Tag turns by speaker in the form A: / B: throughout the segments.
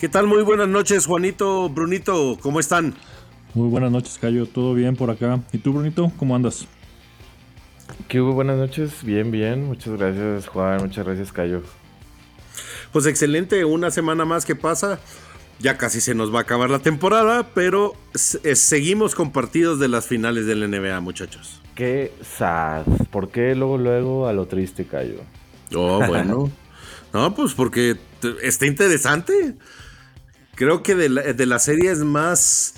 A: ¿Qué tal? Muy buenas noches, Juanito, Brunito, ¿cómo están?
B: Muy buenas noches, Cayo, todo bien por acá. ¿Y tú, Brunito, cómo andas?
C: ¿Qué hubo? Buenas noches, bien, bien. Muchas gracias, Juan, muchas gracias, Cayo.
A: Pues excelente, una semana más que pasa. Ya casi se nos va a acabar la temporada, pero se- seguimos con partidos de las finales del NBA, muchachos.
C: Qué sad. ¿Por qué luego, luego a lo triste, Cayo?
A: Oh, bueno. no, pues porque te- está interesante. Creo que de, la- de las series más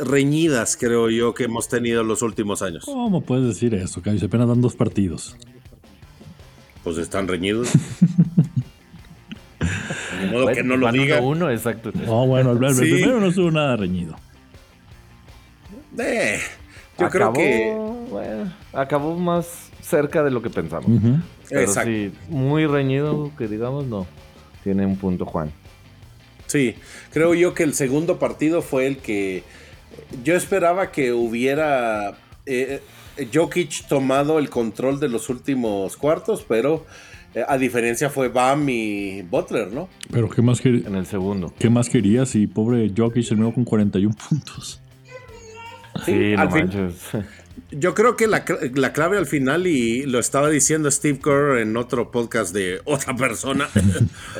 A: reñidas, creo yo, que hemos tenido los últimos años.
B: ¿Cómo puedes decir eso, Cayo? Se apenas dan dos partidos.
A: Pues están reñidos. De modo que
C: Bueno,
A: no lo
C: van uno
A: diga.
C: a uno, exacto.
B: No, Ah, bueno, el, el
A: Sí.
B: primero no estuvo nada reñido.
A: Eh, yo creo
C: acabó,
A: que.
C: bueno, acabó más cerca de lo que pensamos.
B: Ujú.
C: Pero
A: Exacto.
C: sí, muy reñido, que digamos, no. Tiene un punto, Juan.
A: Sí, creo yo que el segundo partido fue el que yo esperaba que hubiera eh, Jokic tomado el control de los últimos cuartos, pero eh, a diferencia fue Bam y Butler, ¿no?
B: Pero ¿qué más, quer-
C: En el segundo.
B: qué más querías? Y pobre Jokic terminó con 41 puntos.
A: Sí,
C: Sí, no
A: al fin-
C: manches.
A: Yo creo que la, cl- la clave al final, y lo estaba diciendo Steve Kerr en otro podcast de otra persona,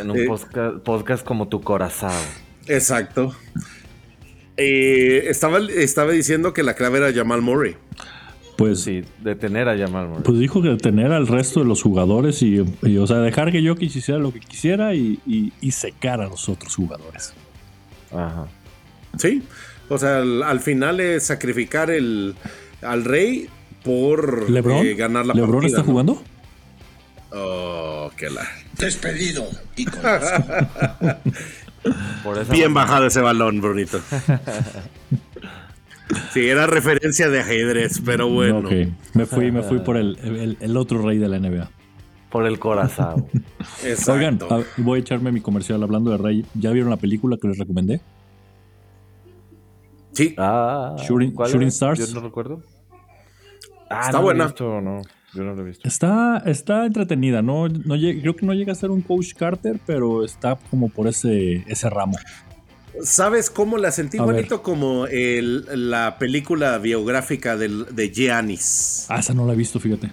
C: En un
A: Eh.
C: podcast, podcast como tu corazón.
A: exacto, Eh, estaba, estaba diciendo que la clave era Jamal Murray.
B: Pues,
C: Sí, detener a Jamal Murray.
B: pues dijo que tener al resto de los jugadores y, y, o sea, dejar que Jokic hiciera lo que quisiera y, y, y secar a los otros jugadores.
C: Ajá.
A: Sí, o sea, al, al final es sacrificar el, al rey por
B: ¿Lebron?
A: eh, ganar la
B: ¿Lebron
A: partida,
B: está
A: ¿no?
B: jugando?
A: Oh, qué la...
D: Despedido. Y con
C: Por esa
A: Bien bajado ese balón, Brunito. sí, era referencia de ajedrez, pero bueno.
B: Ok, me fui, me fui por el, el- el otro rey de la NBA.
C: Por el corazón.
A: Exacto.
B: Oigan, a- voy a echarme mi comercial hablando de rey. ¿Ya vieron la película que les recomendé?
A: sí,
C: Ah,
B: Shooting-
C: ¿cuál
B: Shooting
C: era?
B: Stars.
C: Yo no recuerdo. Ah,
A: Está
C: no lo he
A: buena.
C: visto, no, yo no lo he visto.
B: Está, está entretenida, no, no lle- creo que no llega a ser un coach Carter, pero está como por ese, ese ramo.
A: ¿sabes cómo la sentí,
B: A ver.
A: Juanito? Como el- la película biográfica del- de Giannis.
B: Ah, esa no la he visto, fíjate.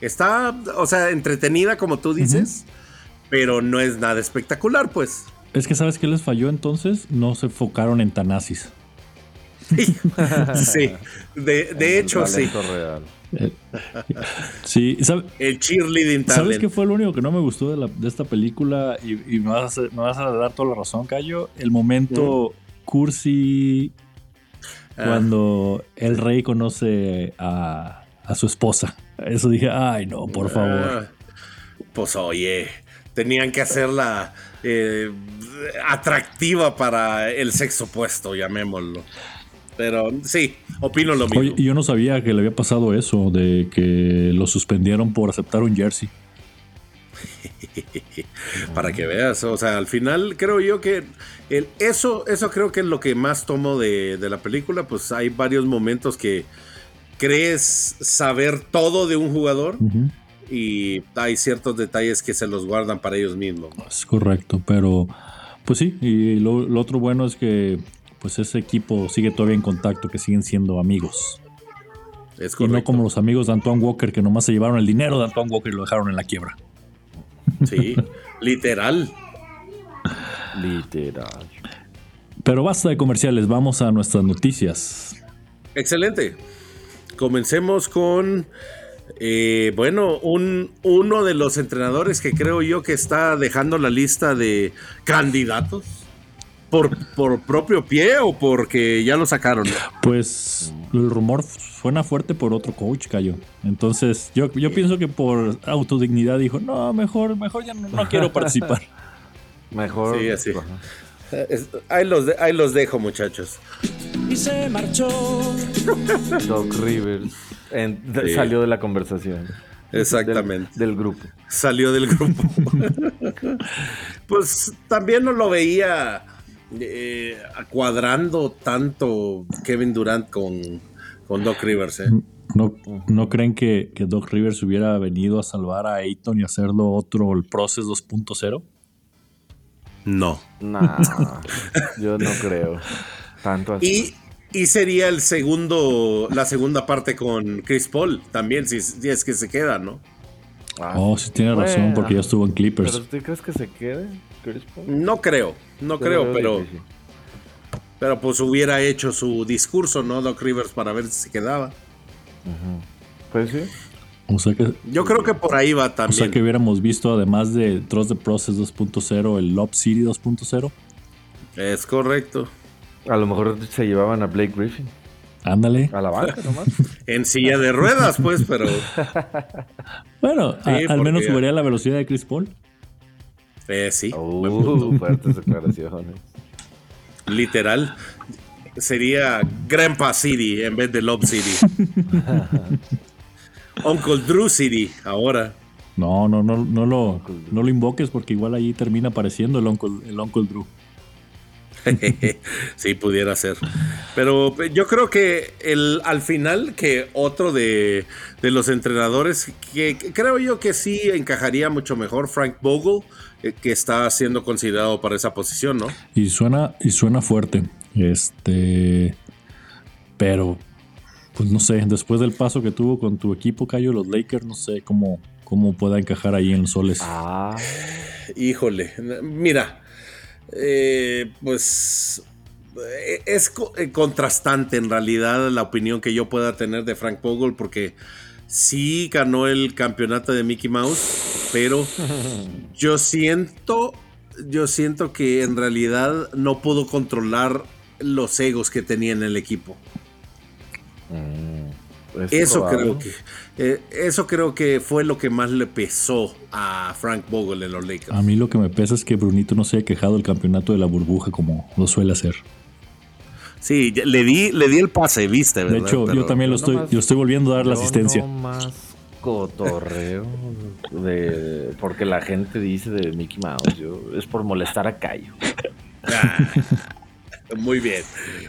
A: Está, o sea, entretenida, como tú dices, pero no es nada espectacular, pues.
B: Es que sabes qué les falló entonces, no se enfocaron en Tanasis.
A: Sí, de, de hecho, sí.
C: Talento real.
B: Eh, Sí, ¿sabe-
A: El cheerleading
B: ¿sabes
A: talent.
B: qué fue lo único que no me gustó de, la- de esta película? Y, y me, vas a, hacer- me vas a dar toda la razón, Cayo. El momento cursi
A: Ah.
B: cuando el rey conoce a, a su esposa. Eso dije, ay no, por favor.
A: Ah, pues oye, tenían que hacerla eh, atractiva para el sexo opuesto, llamémoslo. Pero sí, opino lo mismo.
B: Oye, y yo no sabía que le había pasado eso, de que lo suspendieron por aceptar un jersey.
A: Para que veas, o sea, al final creo yo que el, eso, eso creo que es lo que más tomo de, de la película, pues hay varios momentos que crees saber todo de un jugador
B: Ujú.
A: y hay ciertos detalles que se los guardan para ellos mismos. ¿no?
B: Es correcto, pero pues sí, y lo, lo otro bueno es que pues ese equipo sigue todavía en contacto, que siguen siendo amigos.
A: Es
B: Y no
A: correcto.
B: como los amigos de Antoine Walker que nomás se llevaron el dinero de Antoine Walker y lo dejaron en la quiebra.
A: Sí, literal.
C: Literal.
B: Pero basta de comerciales, vamos a nuestras noticias.
A: Excelente. Comencemos con, eh, bueno, un, uno de los entrenadores que creo yo que está dejando la lista de candidatos por, por propio pie o porque ya lo sacaron.
B: Pues el rumor suena fuerte por otro coach, Cayo. Entonces yo, yo pienso que por autodignidad dijo, no, mejor, mejor ya no, no quiero participar.
C: Mejor.
A: Sí, así.
C: Ajá.
A: Eh, es- Ahí los, de- ahí los dejo, muchachos.
E: y se marchó.
C: Doc Rivers en- de-
A: Sí.
C: salió de la conversación.
A: Exactamente.
C: Del, del grupo.
A: Salió del grupo. pues también no lo veía eh, cuadrando tanto Kevin Durant con, con Doc Rivers. ¿eh?
B: ¿No, no creen que, que Doc Rivers hubiera venido a salvar a Ayton y hacerlo otro, el Process 2.0?
A: No.
C: Nah, yo no creo. Tanto así.
A: Y, y sería el segundo, la segunda parte con Chris Paul también, si, si es que se queda, ¿no?
C: Ah,
B: Oh, sí tiene razón,
C: bueno.
B: porque ya estuvo en
C: ¿Pero
B: Clippers.
C: tú crees que se quede? Chris Paul?
A: No creo, no
C: Yo
A: creo,
C: lo veo
A: pero,
C: difícil.
A: pero pues hubiera hecho su discurso, ¿no? Doc Rivers para ver si se quedaba.
C: Pues sí.
B: O sea que,
A: Yo creo que por ahí va
B: o sea
A: también.
B: que hubiéramos visto, además de Trust the Process 2.0, el Love City 2.0.
A: Es correcto.
C: A lo mejor se llevaban a Blake Griffin.
B: Ándale.
C: A la banca nomás.
A: En silla de ruedas, pues, pero
B: Bueno, a-
A: Sí,
B: al menos
A: porque-
B: subiría la velocidad de Chris Paul.
A: eh, sí, buen punto.
C: Uh, fuertes declaraciones.
A: literal. Sería Grandpa City en vez de Love City. Uncle Drew City, ahora.
B: No, no, no, no lo,
C: Uncle Drew.
B: no lo invoques porque igual ahí termina apareciendo el Uncle, el Uncle Drew.
A: sí, pudiera ser. Pero pe- yo creo que el, al final, que otro de, de los entrenadores, que que creo yo que sí encajaría mucho mejor, Frank Vogel, eh, que está siendo considerado para esa posición, ¿no?
B: Y suena, y suena fuerte. Este. Pero, pues no sé, después del paso que tuvo con tu equipo, Cayo, los Lakers, no sé cómo, cómo pueda encajar ahí en los soles.
C: Ah,
A: Híjole, mira, eh, pues eh, es co- eh, contrastante en realidad la opinión que yo pueda tener de Frank Vogel porque sí ganó el campeonato de Mickey Mouse, pero yo siento, yo siento que en realidad no pudo controlar los egos que tenía en el equipo.
C: mm, es
A: Eso
C: probable.
A: creo que, eh, eso creo que fue lo que más le pesó a Frank Vogel en los Lakers.
B: A mí lo que me pesa es que Brunito no se haya quejado del campeonato de la burbuja como lo suele hacer.
A: Sí, ya- le di, le di el pase, viste,
B: De
A: ¿verdad?
B: hecho,
A: Pero-
B: yo también lo
C: yo
B: estoy,
C: nomás-
B: yo estoy volviendo a dar la
C: Yo
B: asistencia.
C: No más cotorreo de porque la gente dice de Mickey Mouse. Yo, es por molestar a Cayo.
A: Muy bien,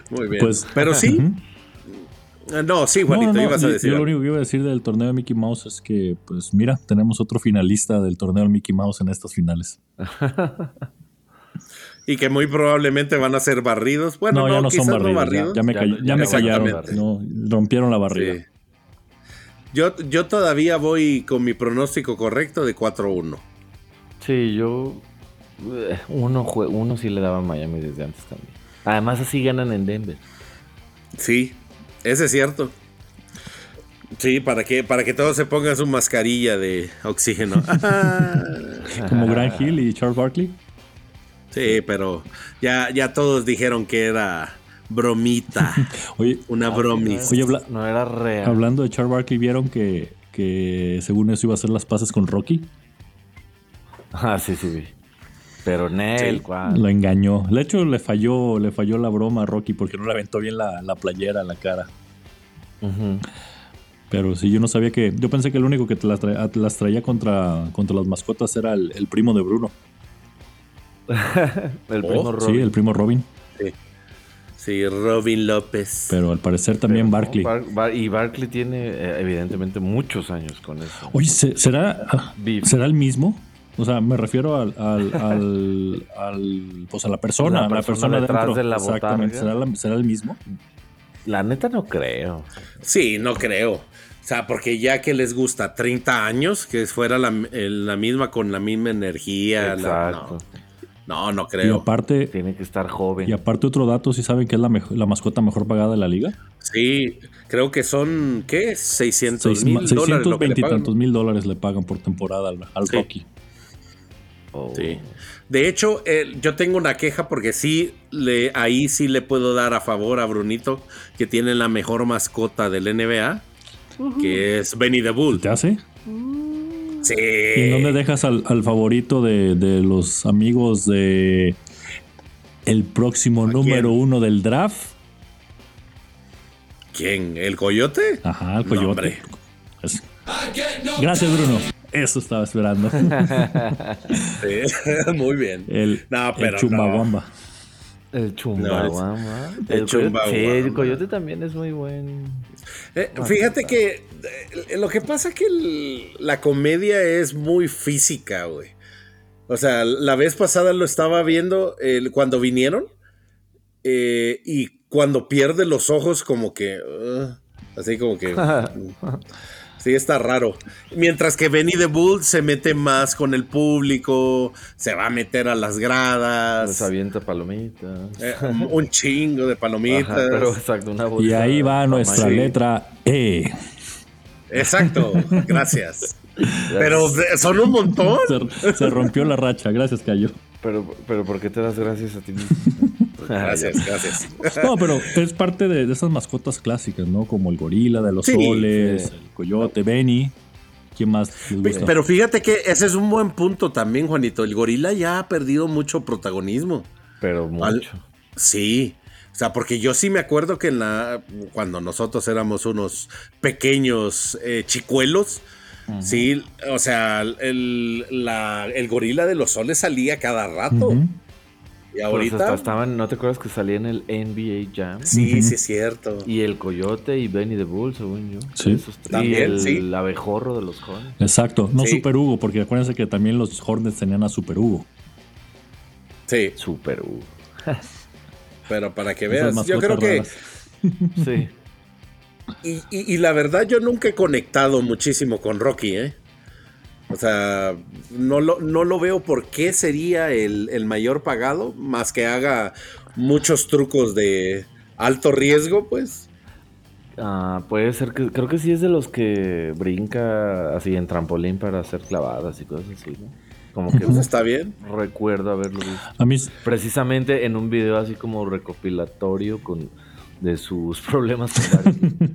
A: muy bien.
B: Pues-
A: Pero sí. ah, No, sí,
B: No, no,
A: Juanito,
B: no,
A: ibas a
B: yo-
A: decir.
B: Yo lo
A: algo.
B: único que iba a decir del torneo de Mickey Mouse es que, pues mira, tenemos otro finalista del torneo de Mickey Mouse en estas finales.
A: Y que muy probablemente van a ser barridos. Bueno,
B: no,
A: no,
B: ya no
A: quizás
B: son barridos.
A: no
B: ya-
A: barridos.
B: Ya, me,
C: Ya-
B: call-
C: ya
B: ya me
A: no son
B: callaron.
C: barridos.
B: no, rompieron la barriga.
A: Sí. Yo, yo todavía voy con mi pronóstico correcto de 4-1.
C: Sí, yo eh, uno jue- uno sí le daba a Miami desde antes también. Además así ganan en Denver.
A: Sí, ese es cierto. Sí, para que, para que todos se pongan su mascarilla de oxígeno.
B: Como Grant Hill y Charles Barkley.
A: sí, pero ya, ya todos dijeron que era bromita.
B: Oye,
A: Una bromis.
B: oye habla-
C: No era real.
B: hablando de Charles Barkley, ¿vieron que, que según eso iba a hacer las paces con Rocky?
C: Ah, sí, sí, vi. Pero en él,
A: Sí.
C: ¿cuál?
B: Lo engañó. De hecho, le falló, le falló la broma a Rocky porque no le aventó bien la, la playera a la cara.
C: Ujú.
B: Pero sí, yo no sabía que. Yo pensé que el único que te las, tra- las traía contra, contra las mascotas era el, el primo de Bruno.
C: El
A: Oh,
C: primo Robin.
B: Sí, el primo Robin.
A: Sí, Robin López.
B: Pero al parecer también
C: Pero,
B: Barkley.
C: ¿no? Bar- Bar- y Barkley tiene eh, evidentemente muchos años con eso.
B: Oye, ¿se- ¿será, ah,
C: Vive.
B: ¿será el mismo? O sea, me refiero al, al, al, al- pues a la persona,
C: La
B: a la
C: persona
B: persona
C: detrás
B: dentro.
C: de la
B: Exactamente. ¿Será,
C: botarga.
B: la- será el mismo?
C: La neta no creo.
A: Sí, no creo. O sea, porque ya que les gusta 30 años, que fuera la, el- la misma con la misma energía. la-
C: Exacto.
A: no. no, no
B: Y
A: creo.
B: aparte,
C: Tiene que estar joven.
B: y aparte otro dato, si saben que es la, mejo- la mascota mejor pagada de la liga.
A: Sí, creo que son, ¿qué? 600
B: Seis-
A: mil dólares lo que le
B: 620 y
A: pagan.
B: tantos mil dólares le pagan por temporada al, al
A: Sí.
B: Rocky.
C: Oh.
A: Sí. De hecho, eh, yo tengo una queja porque sí, le, ahí sí le puedo dar a favor a Brunito, que tiene la mejor mascota del NBA, que es Benny the Bull.
B: ¿Te hace?
A: Sí.
B: ¿Y
A: Eh.
B: en dónde dejas al, al favorito de, de los amigos de el próximo
A: ¿A
B: número uno del draft?
A: ¿Quién? ¿El coyote?
B: Ajá, el
A: No,
B: coyote.
A: hombre.
B: Es- Gracias, Bruno. Eso estaba esperando.
A: Sí, muy bien.
B: El,
A: No, pero
B: el chumbawamba.
C: El chumbawamba.
A: el
C: el coyote, sí, el
A: Chumbawamba.
C: coyote también es muy buen.
A: Eh, fíjate que eh, lo que pasa es que el- la comedia es muy física, güey. O sea, la vez pasada lo estaba viendo eh, cuando vinieron eh, y cuando pierde los ojos como que... uh, así como que... Sí, está raro. Mientras que Benny the Bull se mete más con el público, se va a meter a las
C: Les
A: gradas,
C: avienta palomitas.
A: eh, un chingo de palomitas.
C: Pues, Ajá, pero exacto, una bolsa.
B: Y ahí va nuestra
C: tamaño-
B: letra E.
A: Exacto, gracias. Pero eh, son un montón.
B: Se, se rompió la racha, gracias, Cayo.
C: Pero, pero ¿por qué te das gracias a ti mismo?
A: Gracias, gracias.
B: No, pero es parte de, de esas mascotas clásicas, ¿no? Como el gorila de los
A: Sí,
B: soles,
C: sí.
B: el coyote, Benny. ¿Quién más les gusta?
A: Pero fíjate que ese es un buen punto también, Juanito. El gorila ya ha perdido mucho protagonismo.
C: Pero
A: Al-
C: mucho.
A: Sí. O sea, porque yo sí me acuerdo que en la, cuando nosotros éramos unos pequeños eh, chicuelos, sí, o sea, el, la- el gorila de los soles salía cada rato.
B: Ujú.
A: Y
C: Pues
A: ahorita...
C: hasta estaban, ¿no te acuerdas que salía en el NBA Jam?
A: Sí,
B: Ujú.
A: sí es cierto.
C: Y el coyote y Benny the Bull, según yo.
B: Sí.
C: Esos tres. y
A: También,
C: el
A: sí.
C: abejorro de los jóvenes.
B: Exacto, no
A: Sí.
B: Super Hugo, porque acuérdense que también los Hornets tenían a Super Hugo.
A: Sí,
C: Super Hugo.
A: pero para que
B: Esas
A: veas, yo creo
B: mascotas
A: que...
B: raras.
C: Sí.
A: Y, y- y la verdad, yo nunca he conectado muchísimo con Rocky, ¿eh? O sea, no lo, no lo veo por qué sería el, el mayor pagado, más que haga muchos trucos de alto riesgo, pues.
C: Ah, puede ser que. Creo que sí es de los que brinca así en trampolín para hacer clavadas y cosas así, ¿no? Como que
A: Pues está bien.
C: recuerdo haberlo visto.
B: A mí,
C: Precisamente en un video así como recopilatorio con de sus problemas con Barry.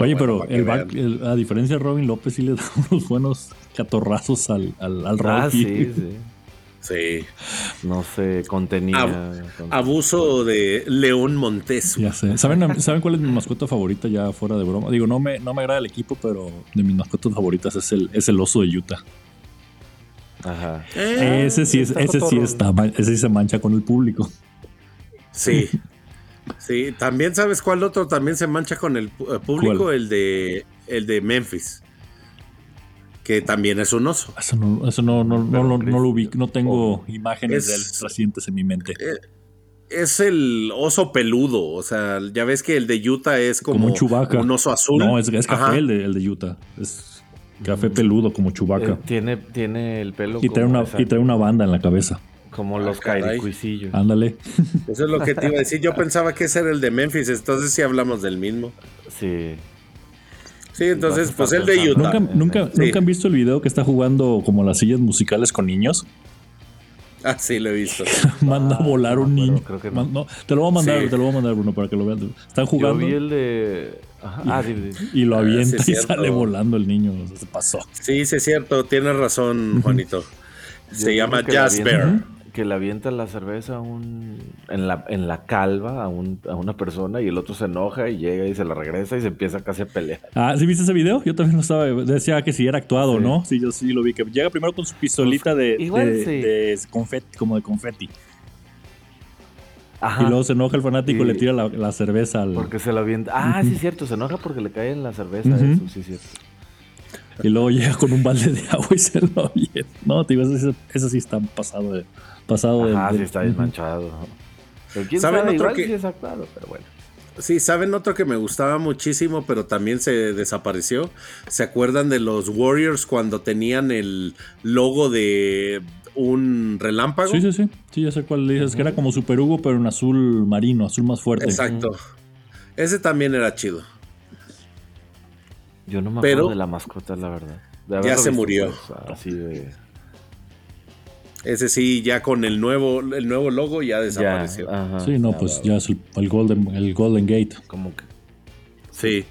B: oye,
A: bueno,
B: pero
A: para que
B: el back-
A: vean.
B: el- a diferencia de Robin López, sí le da unos buenos catorrazos al, al, al
C: Ah,
B: Rocky.
C: sí, sí.
A: Sí.
C: No sé, contenía.
A: Ab-
C: con-
A: Abuso de León Montes.
B: Ya sé. ¿Saben, ¿Saben cuál es mi mascota favorita ya fuera de broma? Digo, no me, no me agrada el equipo, pero de mis mascotas favoritas es el, es el oso de Utah.
C: Ajá.
A: Eh,
B: ese sí, es,
C: Ah, está
B: ese sí
C: cotorrón.
B: está, ma- ese sí se mancha con el público.
A: sí. Sí. También sabes cuál otro también se mancha con el pu- eh, público,
B: ¿Cuál?
A: el de el de Memphis. Que también es un oso.
B: Eso no, eso no, no, no,
C: Pero,
B: lo- no,
C: Chris,
B: lo ubico, no tengo
C: oh,
B: imágenes
A: es-
B: de él recientes en mi mente.
A: Es el oso peludo, o sea, ya ves que el de Utah es como,
B: Como un Chewbacca.
A: un oso azul.
B: No, es, es
A: Ajá.
B: café el de, el de Utah. Es café peludo como
C: Eh,
B: Chubaca.
C: tiene, tiene el pelo
B: y, trae
C: como,
B: una,
C: esa-
B: y trae una banda en la cabeza.
C: como
A: Ah,
C: los
A: caray.
C: cairicuicillos.
B: Ándale.
A: Eso es lo que te iba a decir. Yo pensaba que ese era el de Memphis, entonces sí hablamos del mismo.
C: Sí.
A: Sí, entonces,
C: Vas a
A: pues
C: estar
A: el de
C: pensando.
A: Utah.
B: ¿Nunca,
C: eh,
B: nunca,
A: sí.
B: nunca han visto el video que está jugando como las sillas musicales con niños?
A: Ah, sí, lo he visto.
B: Manda a
C: Ah,
B: volar
C: no,
B: un
C: pero
B: niño.
C: creo que
B: Man-
C: no.
B: no, te lo voy a mandar,
A: Sí.
B: te lo voy a mandar, Bruno, para que lo vean. Están
C: Yo
B: jugando
C: vi el de. Ajá. Ah, sí, sí.
B: y lo
A: Ah, sí,
B: avienta
A: es
B: y
A: cierto.
B: sale volando el niño. O sea, se pasó.
A: Sí, sí, es cierto, tienes razón, Juanito.
C: Yo
A: Se
C: digo
A: llama
C: que le
A: Jasper.
C: avienta- Que le avienta la cerveza a un, en, la, en la calva a, un, a una persona y el otro se enoja y llega y se la regresa y se empieza casi a pelear.
B: Ah, ¿sí viste ese video? Yo también lo estaba. Decía que si era actuado,
C: Sí.
B: ¿no? Sí, yo sí lo vi. Que llega primero con su pistolita de,
C: igual
B: de-
C: sí.
B: de confeti, como de confeti.
C: Ajá.
B: Y luego se enoja el fanático y,
C: Y-
B: le tira la, la cerveza al.
C: Porque se la avienta. Ah, sí, es cierto, se enoja porque le cae en la cerveza.
B: Ujú.
C: Eso, sí, es cierto.
B: Y luego llega con un balde de agua y se lo avienta. No, tío, eso, sí- eso sí está pasado de. Pasado de-
C: Ajá,
B: de-
C: sí, está bien manchado. Pero quién
A: ¿Saben
C: sabe,
A: otro
C: igual
A: que-
C: sí es actuado, pero bueno.
A: Sí, ¿saben otro que me gustaba muchísimo, pero también se desapareció? ¿Se acuerdan de los Warriors cuando tenían el logo de un relámpago?
B: Sí, sí, sí. Sí, ya sé cuál le dices. Que era como Super Hugo, pero en azul marino, azul más fuerte.
A: Exacto. Ese también era chido.
C: Yo no me
A: Pero-
C: acuerdo de la mascota, la verdad. De haberlo
A: se murió.
C: pues, así de.
A: Ese sí, ya con el nuevo, el nuevo logo ya ah,
C: Ya,
A: desapareció.
C: ajá,
B: Sí, no,
C: ya,
B: pues
C: va,
B: ya es el, el Golden, el Golden Gate.
C: va. Como que.
A: Sí.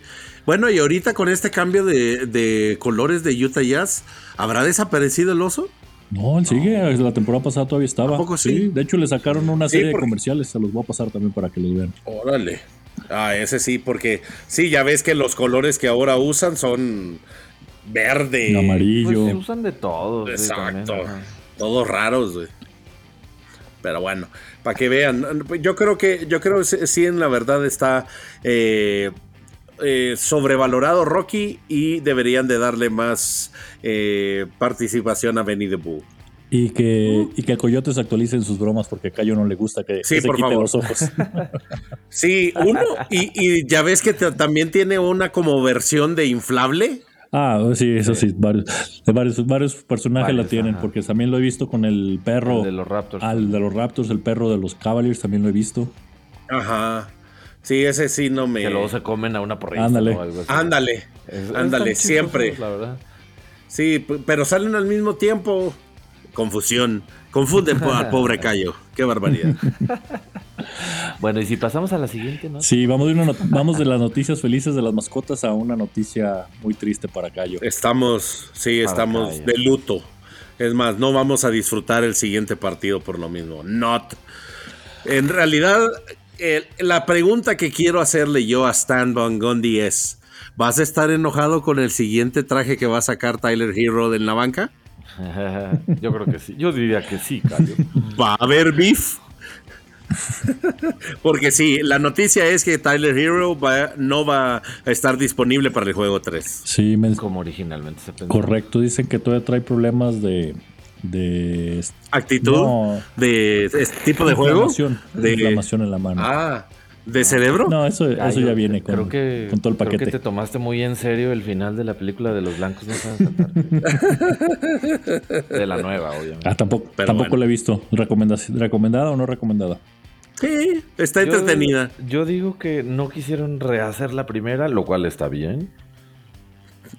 A: Bueno, y ahorita con este cambio de, de colores de Utah Jazz, ¿habrá desaparecido el oso?
B: No, él sigue. La temporada pasada todavía estaba.
A: ¿A poco sí?
B: De hecho, le sacaron una
A: Sí,
B: serie de
A: porque-
B: comerciales. Se los voy a pasar también para que los vean.
A: Órale. Ah, ese sí, porque sí, ya ves que los colores que ahora usan son verde,
C: Pues
B: amarillo.
C: se usan de todo. sí, también,
A: Exacto.
C: ajá.
A: Todos raros, güey. Pero bueno, para que vean. Yo creo que, yo creo que sí, en la verdad está eh, eh, sobrevalorado Rocky y deberían de darle más eh, participación a Benny the Boo.
B: Y que, y que el coyote se actualice en sus bromas porque a Cayo no le gusta que,
A: Sí,
B: que se
A: por
B: quite
A: favor.
B: los ojos.
A: Sí, uno, y, y ya ves que ta- también tiene una como versión de inflable.
B: Ah, sí, eso sí, varios, de varios, varios personajes la
C: Varios,
B: tienen,
C: ajá.
B: porque también lo he visto con el perro
C: El de los Raptors.
B: al de los Raptors, el perro de los Cavaliers, también lo he visto.
A: Ajá. Sí, ese sí no me.
C: Que luego se comen a una porrista
B: Ándale.
C: o algo así.
A: Ándale.
C: Es-
A: Ándale,
C: están
A: siempre.
C: chistosos, La verdad.
A: Sí, p- pero salen al mismo tiempo. Confusión. Confunden po- al pobre Cayo. Qué barbaridad.
C: Bueno, y si pasamos a la siguiente, ¿no?
B: Sí, vamos de, una not- vamos de las noticias felices de las mascotas a una noticia muy triste para Cayo.
A: Estamos, sí,
C: Para
A: estamos
C: Cayo.
A: de luto. Es más, no vamos a disfrutar el siguiente partido por lo mismo. Not. En realidad, el- la pregunta que quiero hacerle yo a Stan Van Gundy es: ¿vas a estar enojado con el siguiente traje que va a sacar Tyler Hero en la banca?
C: Yo creo que sí. Yo diría que sí, Cayo.
A: ¿Va a haber beef? Porque sí, la noticia es que Tyler Hero va- no va a estar disponible para el juego 3.
B: Sí, men-
C: Como originalmente se pensó.
B: correcto, dicen que todavía trae problemas de... de este,
A: Actitud
B: No.
A: de es- tipo de juego.
B: inflamación,
A: De,
B: inflamación en la mano.
A: ah, de cerebro.
B: no, eso, eso
C: Cayo,
B: ya viene con,
C: creo que,
B: con todo el
C: creo que
B: paquete.
C: te tomaste muy en serio el final de la película de los blancos no saben saltar. de la nueva, obviamente.
B: Ah, tampoco,
A: Pero
B: tampoco
A: bueno.
B: la he visto. Recomenda- ¿Recomendada o no recomendada?
A: Sí, está
C: Yo-
A: entretenida.
C: Yo, digo que no quisieron rehacer la primera, lo cual está bien.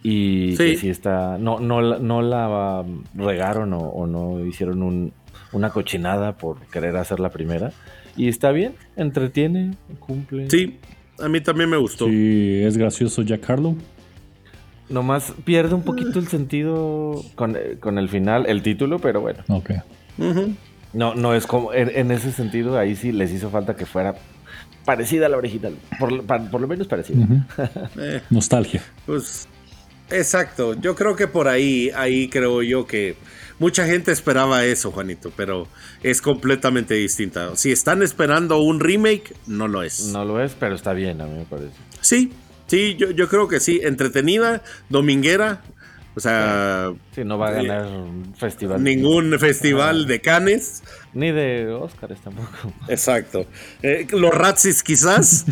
C: Y que
A: Sí.
C: sí está. No, no, la- no la um, regaron o, o no hicieron un- una cochinada por querer hacer la primera. Y está bien, entretiene, cumple.
A: Sí, a mí también me gustó.
B: Sí, es gracioso Jack Harlow.
C: Nomás pierde un poquito el sentido con, con el final, el título, pero bueno.
B: Ok.
A: Ujú.
C: No, no es como. En, en ese sentido, ahí sí les hizo falta que fuera parecida a la original. Por, lo- pa- por lo menos parecida.
B: Mm.
A: Eh,
B: Nostalgia.
A: pues, exacto. Yo creo que por ahí, ahí creo yo que mucha gente esperaba eso, Juanito, pero es completamente distinta. Si están esperando un remake, no lo es.
C: No lo es, pero está bien, a mí me parece.
A: Sí, sí, yo, yo creo que sí. Entretenida, dominguera. O sea,
C: Sí, no va a
A: Sí.
C: ganar un festival.
A: ningún festival de canes.
C: Ni de Oscars tampoco.
A: Exacto. Eh, los Ratsis quizás.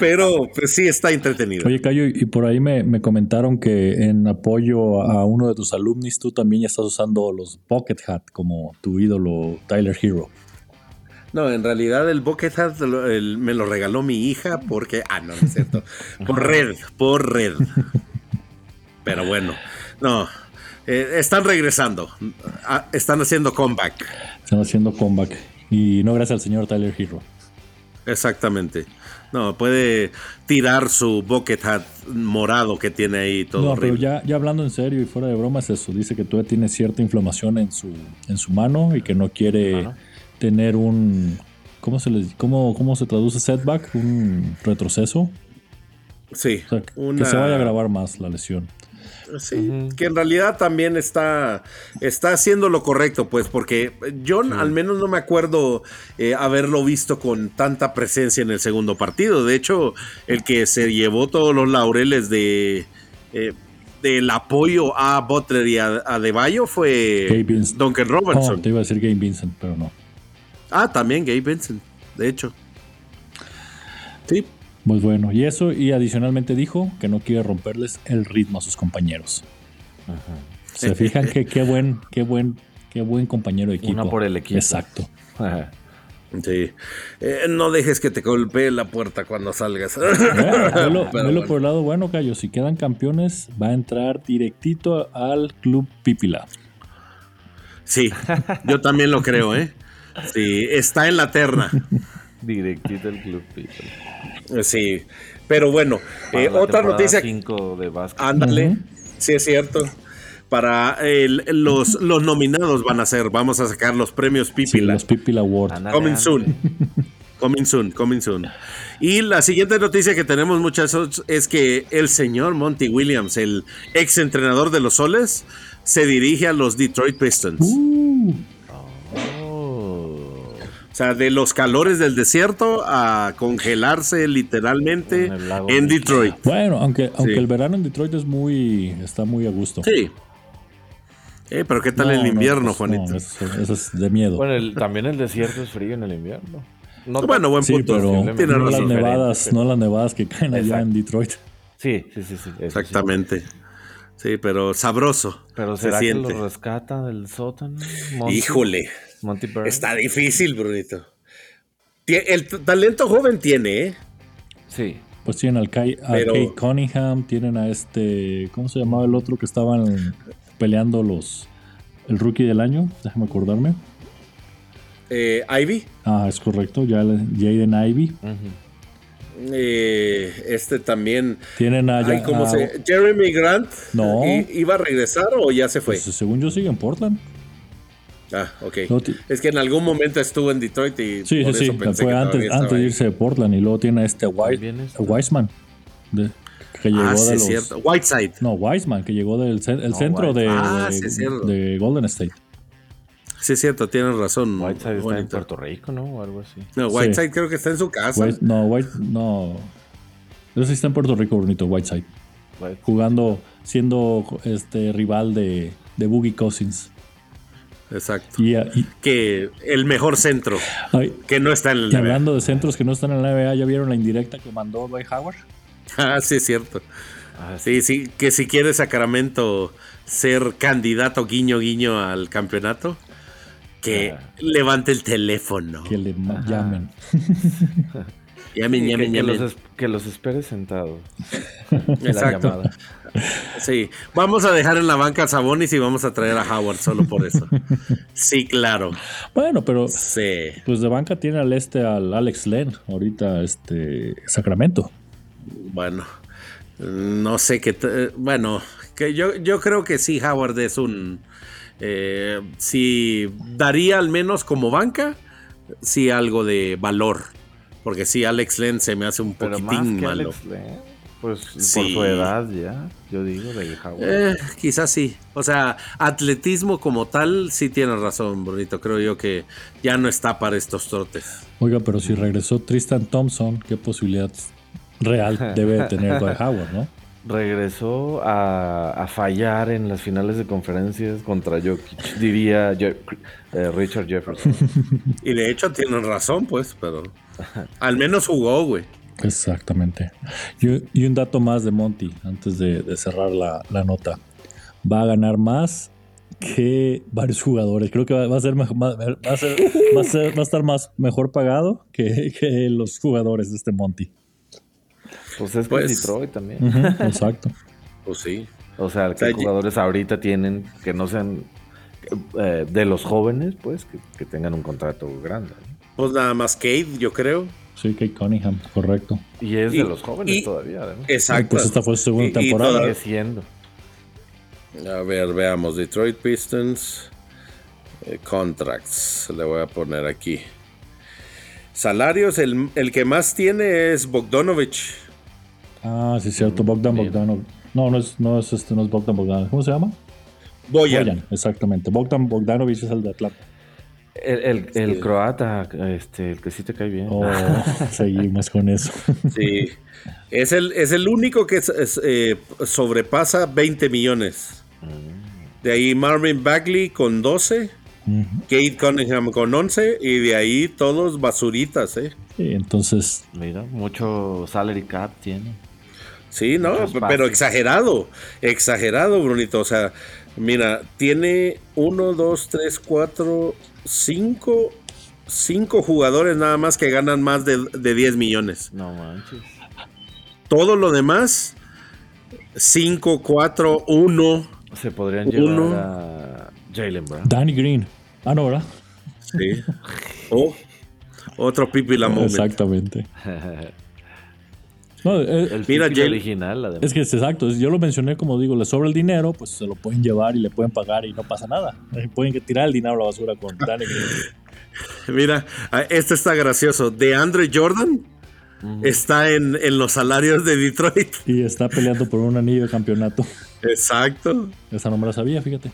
A: Pero pues, sí está entretenida.
B: Oye, Cayo, y por ahí me, me comentaron que en apoyo a uno de tus alumnos, tú también ya estás usando los Pocket Hat como tu ídolo Tyler Hero.
A: No, en realidad el Bucket Hat lo- el- me lo regaló mi hija porque. Ah, no, no es cierto. Por red, por red. Pero bueno, no. eh, están regresando. Ah, están haciendo comeback.
B: Están haciendo comeback. Y no gracias al señor Tyler Hero.
A: Exactamente. No, puede tirar su bucket hat morado que tiene ahí todo
B: no,
A: horrible.
B: pero ya, ya hablando en serio y fuera de bromas, eso. Dice que todavía tiene cierta inflamación en su, en su mano y que no quiere
C: Mano.
B: tener un. ¿Cómo se, les, cómo, ¿Cómo se traduce setback? ¿Un retroceso?
A: Sí,
B: O sea, que-
A: una-
B: que se vaya a agravar más la lesión.
A: Sí,
C: Ujú.
A: que en realidad también está, está haciendo lo correcto, pues, porque John al menos no me acuerdo eh, haberlo visto con tanta presencia en el segundo partido. De hecho, el que se llevó todos los laureles de eh, del apoyo a Butler y a, a DeBayo
B: Gabe
A: fue
B: Vincent.
A: Duncan Robertson.
B: Oh, te iba a decir Game Vincent, pero no.
A: Ah, también Gabe Vincent, de hecho. Sí.
B: Pues bueno, y eso, y adicionalmente dijo que no quiere romperles el ritmo a sus compañeros. Se fijan que qué buen, qué buen, qué buen compañero de equipo.
C: Una por el equipo.
B: Exacto.
C: Ajá.
A: Sí. Eh, no dejes que te golpee la puerta cuando salgas.
B: Bueno, velo,
A: Pero
B: velo
A: bueno.
B: por el lado bueno, Cayo. Si quedan campeones, va a entrar directito al Club Pípila.
A: Sí, yo también lo creo, ¿eh? Sí, está en la terna.
C: Directito el club. People.
A: Sí, pero bueno,
C: Para
A: eh,
C: la
A: otra
C: temporada
A: noticia. Ah,
C: cinco de básquet.
A: Ándale,
B: Ujú.
A: sí es cierto. Para el- los, los nominados van a ser, vamos a sacar los premios
B: Sí,
A: Pipila.
B: los Pípila Award.
C: Ándale,
A: Coming
C: ándale.
A: soon. Coming soon, coming soon. Y la siguiente noticia que tenemos, muchachos, es que el señor Monty Williams, el ex entrenador de los Soles, se dirige a los Detroit Pistons.
B: Uh,
C: Oh.
A: O sea, de los calores del desierto a congelarse literalmente
C: En el lago.
A: en Detroit.
B: Bueno, aunque, aunque
A: Sí.
B: el verano en Detroit es muy, está muy a gusto.
A: Sí. Eh, pero ¿qué tal
B: No,
A: el
B: no,
A: invierno,
B: pues, no,
A: Juanito?
B: eso, eso es de miedo.
C: Bueno, el- también el desierto es frío en el invierno. No tan-
A: bueno, buen
B: sí,
A: punto.
B: pero
A: Tiene
B: no las
A: razón.
C: neva-
B: nevadas,
C: Diferente.
B: no las nevadas que caen allá
C: Exacto.
B: en Detroit.
C: Sí, sí, sí, sí. eso sí.
A: Exactamente. Sí, pero sabroso.
C: Pero
A: se
C: ¿será que
A: siente.
C: lo rescata del sótano? Monty-
A: Híjole,
C: Monty Burns.
A: está difícil, Brunito. Tie- El t- talento joven tiene, ¿eh?
C: Sí.
B: Pues tienen al Kai- a
A: Pero-
B: Kate Cunningham, tienen a este, ¿cómo se llamaba el otro que estaban peleando los el rookie del año? Déjame acordarme.
A: Eh, Ivy.
B: Ah, es correcto, ya le- Jaden Ivy.
C: ujú.
A: Eh, este también.
B: Tienen a,
A: Ay,
B: Ah, ya-
A: ¿cómo
B: a-
A: se- Jeremy Grant.
B: No.
A: ¿i- ¿Iba a regresar o ya se fue?
B: pues, según yo sigue en Portland.
A: Ah, ok.
B: No, ti-
A: Es que en algún momento estuvo en Detroit y
B: Sí,
A: por
B: sí, sí.
A: eso pensé
B: Fue
A: que todavía
B: antes, antes de
A: estaba
B: irse de Portland y luego tiene a este Wi-
C: También está.
B: Wiseman. de- que
A: ahí.
B: llegó
A: Ah, sí,
B: de
A: es
B: los,
A: cierto. Whiteside.
B: No, Wiseman, que llegó del cen- el
C: No,
B: centro de,
A: Ah,
B: de-
A: sí, es cierto.
B: de Golden State.
A: Sí, es cierto, tienes razón.
C: Whiteside está en
A: Juanito.
C: Puerto Rico, ¿no? O algo así.
A: No,
B: Sí.
A: Whiteside creo que está en su casa.
B: White- no, White, no. Yo sí está en Puerto Rico, bonito, Whiteside.
C: White-
B: Jugando, siendo este rival de, de Boogie Cousins.
A: Exacto.
B: Y, y-
A: Que el mejor centro,
B: ay,
A: que no está en
B: y
A: la NBA.
B: hablando de centros que no están en la NBA, ¿ya vieron la indirecta que mandó Dwight Howard?
A: Ah, sí, es cierto.
C: Ah, sí.
A: Sí, sí, que si quiere Sacramento ser candidato guiño guiño al campeonato, que
C: Ah.
A: levante el teléfono.
B: Que le ma-
C: Ajá.
B: llamen.
A: Llamen,
C: Sí, que,
A: llamen,
C: que los
A: llamen.
C: es- que los espere sentados.
A: Exacto. Sí, vamos a dejar en la banca a Sabonis y vamos a traer a Howard solo por eso. Sí, claro.
B: Bueno, pero
A: Sí.
B: pues de banca tiene al este al Alex Len, ahorita este Sacramento.
A: Bueno, no sé qué. t- eh, Bueno, que yo, yo creo que sí, Howard es un. eh, sí, daría al menos como banca, sí algo de valor. Porque sí, Alex Len se me hace un
C: Pero
A: poquitín
C: más que
A: malo.
C: Alex Len, pues por
A: Sí.
C: su edad ya, yo digo, del Howard.
A: Eh, quizás sí. O sea, atletismo como tal, sí tienes razón, Brunito. Creo yo que ya no está para estos trotes.
B: Oiga, pero si regresó Tristan Thompson, ¿qué posibilidad real debe de tener Dwight Howard, no?
C: Regresó a, a fallar en las finales de conferencias contra Jokic, diría Je- eh, Richard Jefferson.
A: Y de hecho tienes razón, pues, pero. Al menos jugó, güey.
B: Exactamente. Y, y un dato más de Monty, antes de, de cerrar la, la nota. Va a ganar más que varios jugadores. Creo que va, va a ser mejor- va, va a ser- va a ser- va a estar más mejor pagado que, que los jugadores de este Monty.
C: Pues es que
A: Pues-
C: es Detroit también.
B: Ujú, exacto.
A: Pues sí.
C: O sea,
A: sea,
C: ¿qué
A: yo-
C: jugadores ahorita tienen que no sean eh, de los jóvenes, pues, que, que tengan un contrato grande? ¿no?
A: Pues nada más Kate, yo creo.
B: Sí, Kate Cunningham, correcto.
C: Y es
A: Y-
C: de los jóvenes
A: y-
C: todavía, además.
A: Exacto.
B: Pues esta fue su segunda
A: Y- y
B: temporada.
A: toda-
C: Sigue siendo.
A: a ver, veamos. Detroit Pistons. eh, contracts. Le voy a poner aquí. Salarios. El, el que más tiene es Bogdanovich.
B: Ah, sí, cierto. Bogdan
C: Bien.
B: Bogdanov. No, no es, no es, este, no es Bogdan Bogdanov. ¿Cómo se llama?
A: Boyan.
B: Boyan, exactamente. Bogdan Bogdanovich es el de Atlanta.
C: El, el- el
A: Sí.
C: croata, este, el que sí te cae bien.
B: Oh, seguimos con eso.
A: Sí. Es el, es el único que es- es, eh, sobrepasa 20 millones. De ahí Marvin Bagley con 12.
B: Ujú.
A: Kate Cunningham con 11. Y de ahí todos basuritas, ¿eh?
B: Sí, entonces,
C: Mira, mucho salary cap tiene.
A: Sí, no,
C: Muchos
A: p- pero
C: pases.
A: exagerado, exagerado, Brunito. O sea, mira, tiene uno, dos, tres, cuatro, cinco, cinco jugadores nada más que ganan más de, de 10 millones.
C: No manches.
A: Todo lo demás, 5, 4, 1.
C: Se podrían
A: Uno.
C: llevar a Jalen Brown.
B: Danny Green. Ah, no, ¿verdad?
A: Sí. O otro Pipi la Moment.
B: Exactamente. No, eh,
C: el
A: Mira,
C: Mira,
A: Jalen-
C: original, además.
B: es que es exacto. Yo lo mencioné, como digo, le sobra el dinero, pues se lo pueden llevar y le pueden pagar y no pasa nada. Eh, Pueden que tirar el dinero a la basura con Danny Green.
A: Mira, ah, este está gracioso. De Andre Jordan está en, en los salarios de Detroit.
B: Y está peleando por un anillo de campeonato.
A: Exacto.
B: Esa no me la sabía, fíjate.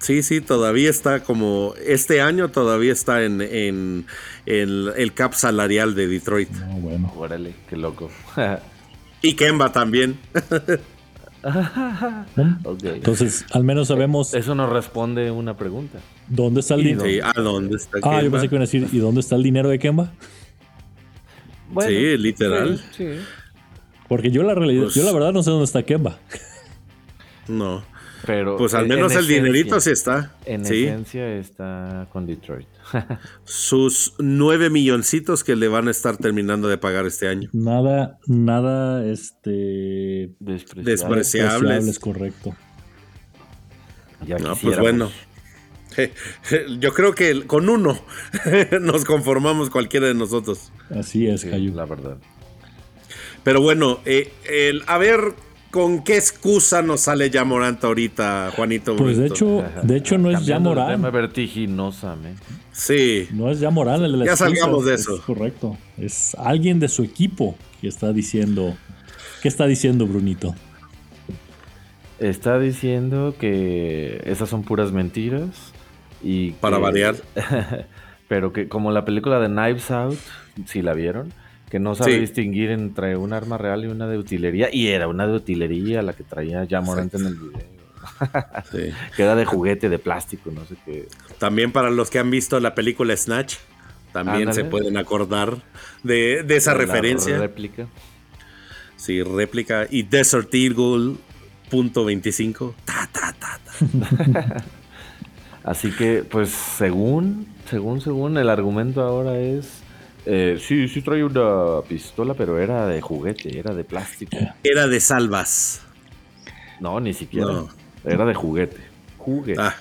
A: Sí, sí, todavía está como. Este año todavía está en, en- el, el cap salarial de Detroit.
B: No, bueno.
C: Órale, qué loco.
A: Y Kemba también.
C: Ok.
B: Entonces, al menos sabemos
C: Eso nos responde una pregunta.
B: dónde está el
C: y
B: dinero.
A: Sí, ¿A dónde está
B: Ah, yo
A: Kemba?
B: pensé que iban a decir, ¿y dónde está el dinero de Kemba?
A: Sí, literal.
C: Sí, sí.
B: Porque yo la realidad,
A: Pues-
B: yo la verdad no sé dónde está Kemba.
A: No.
C: Pero
A: Pues al
C: en-
A: menos
C: en
A: el dinerito sí
C: esencia-
A: está.
C: En
A: sí.
C: esencia está con Detroit.
A: Sus nueve milloncitos que le van a estar terminando de pagar este año.
B: Nada, nada, este...
C: Despreciable.
A: Despreciable. Despreciables.
B: despreciable, es correcto.
C: Ya
A: No, pues
C: quisiéramos.
A: bueno. Yo creo que el- con uno nos conformamos cualquiera de nosotros.
B: Así es,
C: Sí,
B: Cayu.
C: la verdad.
A: Pero bueno, eh, el, a ver con qué excusa nos sale ya Morant ahorita, Juanito.
B: Pues de
A: Brito.
B: hecho, de hecho no es ya
C: Cambiando de tema
B: Morán.
C: vertiginosamente.
A: Sí,
B: No es ya Morán el de la
A: Ya
B: excusa,
A: salgamos de
B: es
A: eso.
B: correcto. Es alguien de su equipo que está diciendo... ¿Qué está diciendo Brunito?
C: Está diciendo que esas son puras mentiras. Y
B: eh,
A: para
C: que-
A: variar.
C: Pero que como la película de Knives Out, si la vieron, que no sabe
A: Sí.
C: distinguir entre un arma real y una de utilería. Y era una de utilería la que traía ya Morante en el video.
A: sí.
C: Que era de juguete, de plástico, no sé qué.
A: También para los que han visto la película Snatch, también
C: Ándale.
A: se pueden acordar de, de esa
C: La
A: referencia.
C: Réplica.
A: sí, réplica. Y Desert Eagle, punto 25. Ta, ta, ta, ta.
C: Así que, pues, según, según, según, el argumento ahora es. eh, sí, sí trae una pistola, pero era de juguete, era de plástico.
A: Era de salvas.
C: No, ni siquiera.
A: No.
C: Era de juguete. Juguete.
A: Ah.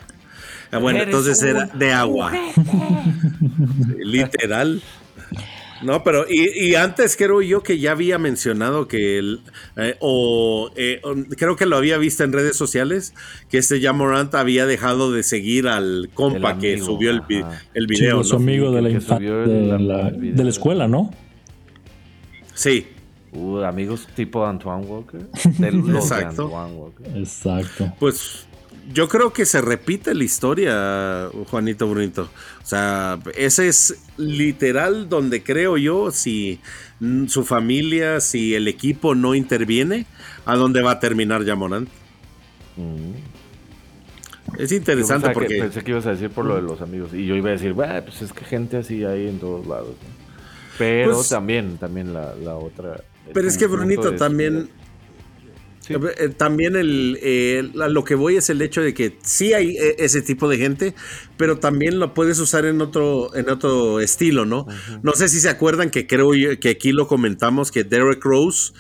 A: Ah, bueno, entonces era de agua. Literal. No, pero y, y antes creo yo que ya había mencionado que el, eh, o, eh, o- creo que lo había visto en redes sociales que este ya Morant había dejado de seguir al compa
C: El
A: que
C: amigo,
A: subió el, vi-
C: ajá.
A: el video.
B: Sí, su
A: ¿no?
B: amigo
C: Sí,
B: de la
C: que- que
B: infancia,
C: subió
B: de
C: el-
B: la,
C: el video.
B: de la escuela, ¿no?
A: Sí,
C: Uh, amigos tipo Antoine Walker. De los de
A: Exacto.
C: Antoine Walker.
B: Exacto.
A: pues yo creo que se repite la historia, Juanito Brunito. O sea, ese es literal donde creo yo, si mm, su familia, si el equipo no interviene, a dónde va a terminar ya Morant.
C: Mm.
A: Es
C: Yo
A: interesante
C: pensaba que- pues,
A: porque...
C: pensé que ibas a decir por lo de los amigos. Y yo iba a decir, "Bah, pues es que gente así hay en todos lados. ¿no?". Pero
A: Pues-
C: también, también la, la otra. el
A: Pero es que
C: conjunto de
A: Brunito
C: su
A: también.
C: Sí.
A: Eh, También el, eh, la- lo que voy es el hecho de que sí hay eh, ese tipo de gente, pero también lo puedes usar en otro, en otro estilo, ¿no? No sé si se acuerdan que creo yo- que aquí lo comentamos que Derek Rose,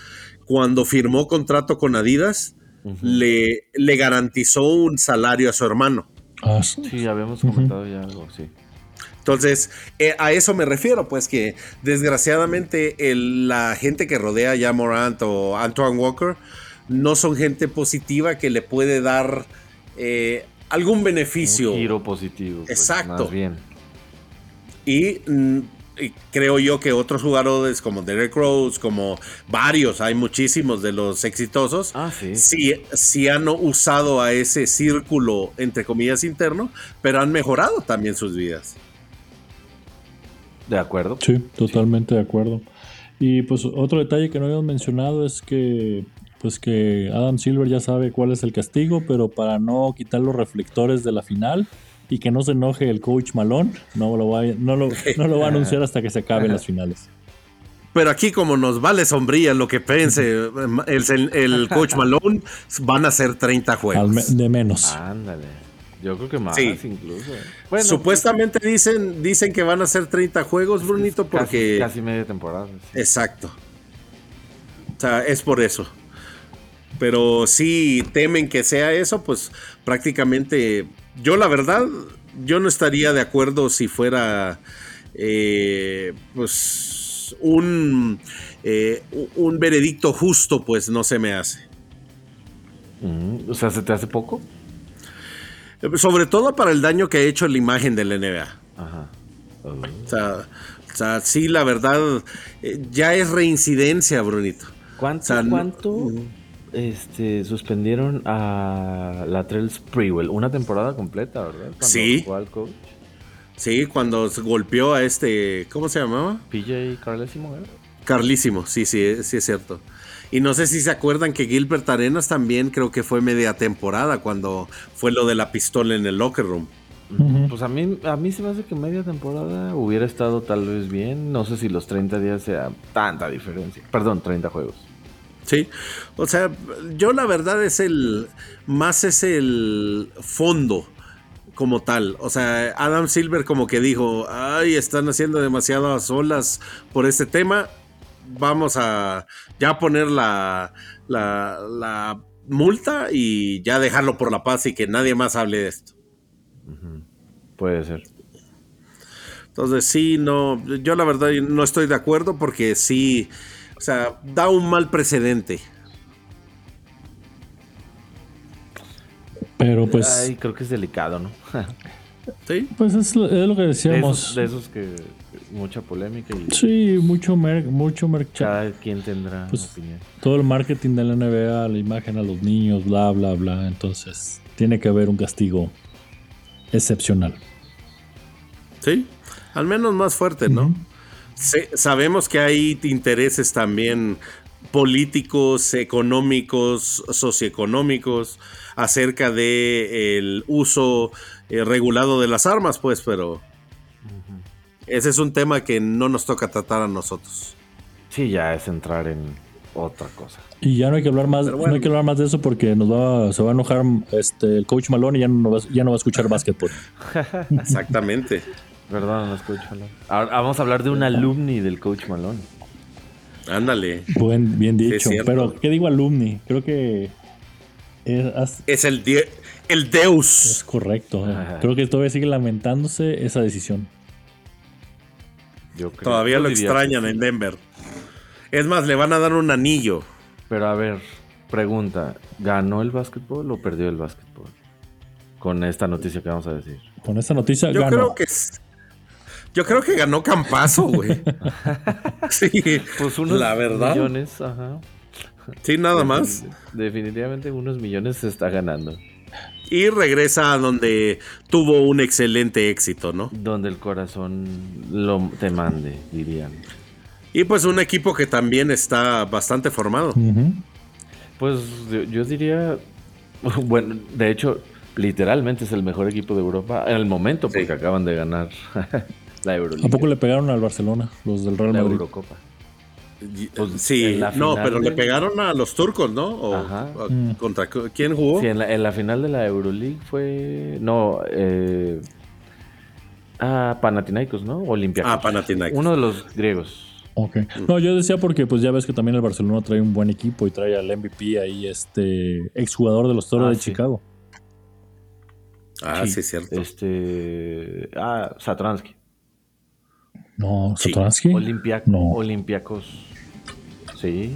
A: cuando firmó contrato con Adidas, le, le garantizó un salario a su hermano.
B: Ah, sí.
C: Sí, habíamos comentado ya algo, sí.
A: Entonces, eh, a eso me refiero, pues que desgraciadamente el- la gente que rodea ya Morant o Antoine Walker no son gente positiva que le puede dar eh, algún beneficio.
C: Un giro positivo. pues,
A: Exacto.
C: más bien.
A: Y, mm, y creo yo que otros jugadores como Derek Rose, como varios, hay muchísimos de los exitosos,
C: Ah, sí.
A: sí, sí han usado a ese círculo, entre comillas, interno, pero han mejorado también sus vidas.
C: De acuerdo.
B: Sí, totalmente de acuerdo. Y pues otro detalle que no habíamos mencionado es que pues que Adam Silver ya sabe cuál es el castigo, pero para no quitar los reflectores de la final y que no se enoje el coach Malón, no lo va a, no lo, no lo va a anunciar hasta que se acaben las finales.
A: Pero aquí como nos vale sombrilla lo que pense eh, el, el coach Malone, van a ser 30
B: Al
A: juegos.
B: me- de menos.
C: Ándale. Yo creo que más
A: Sí.
C: incluso. ¿eh? Bueno, pues,
A: Supuestamente dicen, dicen que van a ser 30 juegos, Brunito,
C: casi-
A: porque...
C: Casi, media temporada. sí.
A: Exacto. O sea, es por eso. Pero si temen que sea eso, pues prácticamente yo la verdad, yo no estaría de acuerdo si fuera eh, pues un, eh, u- un veredicto justo, pues no se me hace.
C: Mm, O sea, ¿se te hace poco?
A: Sobre todo para el daño que ha hecho la imagen de la NBA.
C: Ajá. Oh.
A: O sea, o sea, sí, la verdad, eh, ya es reincidencia, Brunito.
C: ¿Cuánto,
A: O sea, no- mm.
C: cuánto este, suspendieron a Latrell Sprewell una temporada completa, ¿verdad? Cuando
A: Sí.
C: jugó al coach.
A: Sí, cuando se golpeó a este, ¿cómo se llamaba?
C: PJ Carlesimo, ¿eh? ¿verdad?
A: Carlísimo, sí, sí, sí es cierto. Y no sé si se acuerdan que Gilbert Arenas también creo que fue media temporada cuando fue lo de la pistola en el locker room.
B: Ujú.
C: Pues a mí, a mí se me hace que media temporada hubiera estado tal vez bien. No sé si los 30 días sea tanta diferencia. Perdón, 30 juegos.
A: Sí, o sea, yo la verdad es el, más es el fondo como tal. O sea, Adam Silver como que dijo, ay, están haciendo demasiadas olas por este tema, vamos a ya poner la, la, la multa y ya dejarlo por la paz y que nadie más hable de esto.
C: Puede ser.
A: Entonces sí, no, yo la verdad no estoy de acuerdo porque sí, o sea, da un mal precedente.
B: Pero pues,
C: Ay, creo que es delicado, ¿no?
A: Sí,
B: pues es, lo- es lo que
C: De
B: decíamos.
C: esos, de esos que que mucha polémica y
B: Sí, mucho mer mucho mercado.
C: cada quien tendrá
B: Pues-
C: opinión.
B: Todo el marketing de la NBA, la imagen a los niños, bla, bla, bla. Entonces, tiene que haber un castigo excepcional.
A: sí, al menos más fuerte, ¿no?
B: Ujú.
A: Se- sabemos que hay intereses también políticos, económicos, socioeconómicos acerca de el uso eh, regulado de las armas, pues, pero ese es un tema que no nos toca tratar a nosotros.
C: Sí, ya es entrar en otra cosa.
B: Y ya no hay que hablar más,
A: Pero bueno.
B: no hay que hablar más de eso porque nos va, se va a enojar este, el coach Malone y ya no va, ya no va a escuchar básquetbol.
A: Exactamente.
C: Perdón, no escucho hablar. Ahora vamos a hablar de un alumni del coach Malone.
A: Ándale.
B: Buen, bien
A: es
B: dicho.
A: cierto.
B: Pero, ¿qué digo alumni? Creo que es, has-
A: Es el, die- el Deus.
B: es correcto. eh.
C: Ajá.
B: Creo que todavía sigue lamentándose esa decisión.
C: Yo creo-
A: Todavía
C: yo
A: lo
C: diría
A: extrañan
C: que sí.
A: en Denver. Es más, le van a dar un anillo.
C: Pero a ver, pregunta, ¿ganó el básquetbol o perdió el básquetbol? Con esta noticia que vamos a decir.
B: Con esta noticia
A: Yo
B: ganó.
A: creo que es- yo creo que ganó Campazo, güey. sí,
C: Pues unos
A: la verdad.
C: millones, ajá.
A: Sí, nada más.
C: Definitivamente unos millones se está ganando.
A: Y regresa a donde tuvo un excelente éxito, ¿no?
C: Donde el corazón lo te mande, dirían.
A: Y pues un equipo que también está bastante formado.
B: Ujú.
C: Pues yo, yo diría, bueno, de hecho, literalmente es el mejor equipo de Europa en el momento porque
A: Sí.
C: acaban de ganar la Euroliga,
B: ¿A poco le pegaron al Barcelona los del Real
C: la
B: Madrid?
C: Eurocopa.
A: Y- eh,
C: Pues,
A: sí,
C: en la
A: no,
C: final
A: pero le
C: de-
A: pegaron a los turcos, ¿no? O-
C: Ajá.
A: o-
B: Mm.
A: ¿Contra cu- quién jugó?
C: Sí, en la, en la final de la Euroleague fue. No, eh. Ah, Panathinaikos, ¿no? Olimpiacos.
A: Ah, Panathinaikos.
C: Uno de los griegos.
B: Ok. No, yo decía porque pues ya ves que también el Barcelona trae un buen equipo y trae al MVP ahí, este exjugador de los Toros
C: Ah,
B: de
C: sí.
B: Chicago.
A: Ah, sí,
C: Sí,
A: es cierto.
C: Este. Ah, Satransky.
B: No,
A: Sí.
B: Satoransky.
C: Olimpiac-
B: No.
C: Olimpiacos. Sí.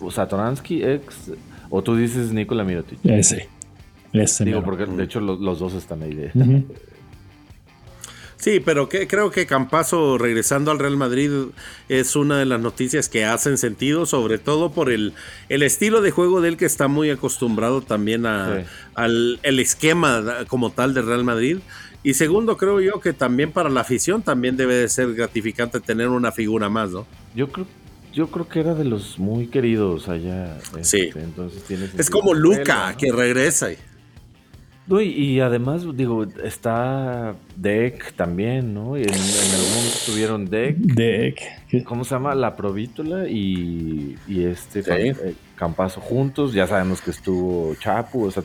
C: O Satransky, ex. O tú dices Nikola Mirotic.
B: Ese. Ese.
C: Digo,
B: mero.
C: porque de hecho los, los dos están ahí. de-
B: Ujú.
A: Sí, pero que, creo que Campazo regresando al Real Madrid es una de las noticias que hacen sentido, sobre todo por el, el estilo de juego del que está muy acostumbrado también a,
C: Sí.
A: al el esquema da- como tal del Real Madrid. Y segundo, creo yo que también para la afición también debe de ser gratificante tener una figura más, ¿no?
C: Yo creo. Yo creo que era de los muy queridos allá.
A: Sí.
C: este, entonces tiene
A: Es
C: sentido.
A: como
C: Vela,
A: Luca
C: ¿no?
A: que regresa. y-
C: No, y, y además, digo, está Deck también, ¿no? Y en, en algún momento tuvieron Deck,
B: Deck. ¿Qué?
C: ¿cómo se llama? La Provítola y, y este
A: Sí.
C: Cam- eh, Campazo juntos. Ya sabemos que estuvo Chapu, o sea,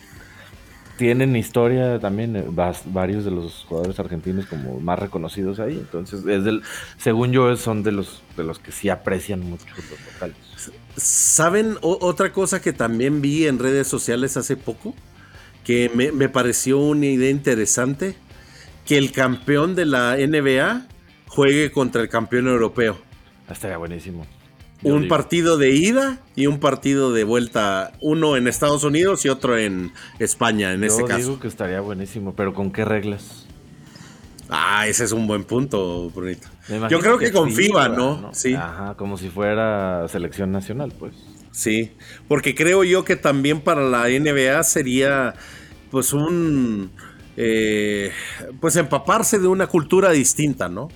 C: tienen historia también eh, vas- varios de los jugadores argentinos como más reconocidos ahí. Entonces, es del, según yo, son de los, de los que sí aprecian mucho los locales.
A: ¿Saben o- otra cosa que también vi en redes sociales hace poco? Que me, me pareció una idea interesante. Que el campeón de la NBA juegue contra el campeón europeo.
C: Estaría buenísimo. Yo
A: Un
C: digo.
A: partido de ida y un partido de vuelta. Uno en Estados Unidos y otro en España, en
C: Yo
A: este
C: digo
A: caso.
C: que estaría buenísimo, pero ¿con qué reglas?
A: Ah, ese es un buen punto, Brunito.
C: Me
A: Yo
C: imagino
A: creo que, con
C: sí,
A: FIBA,
C: güey,
A: ¿no? Sí.
C: Ajá, como si fuera selección nacional, pues.
A: Sí, porque creo yo que también para la NBA sería pues un... eh, pues empaparse de una cultura distinta, ¿no?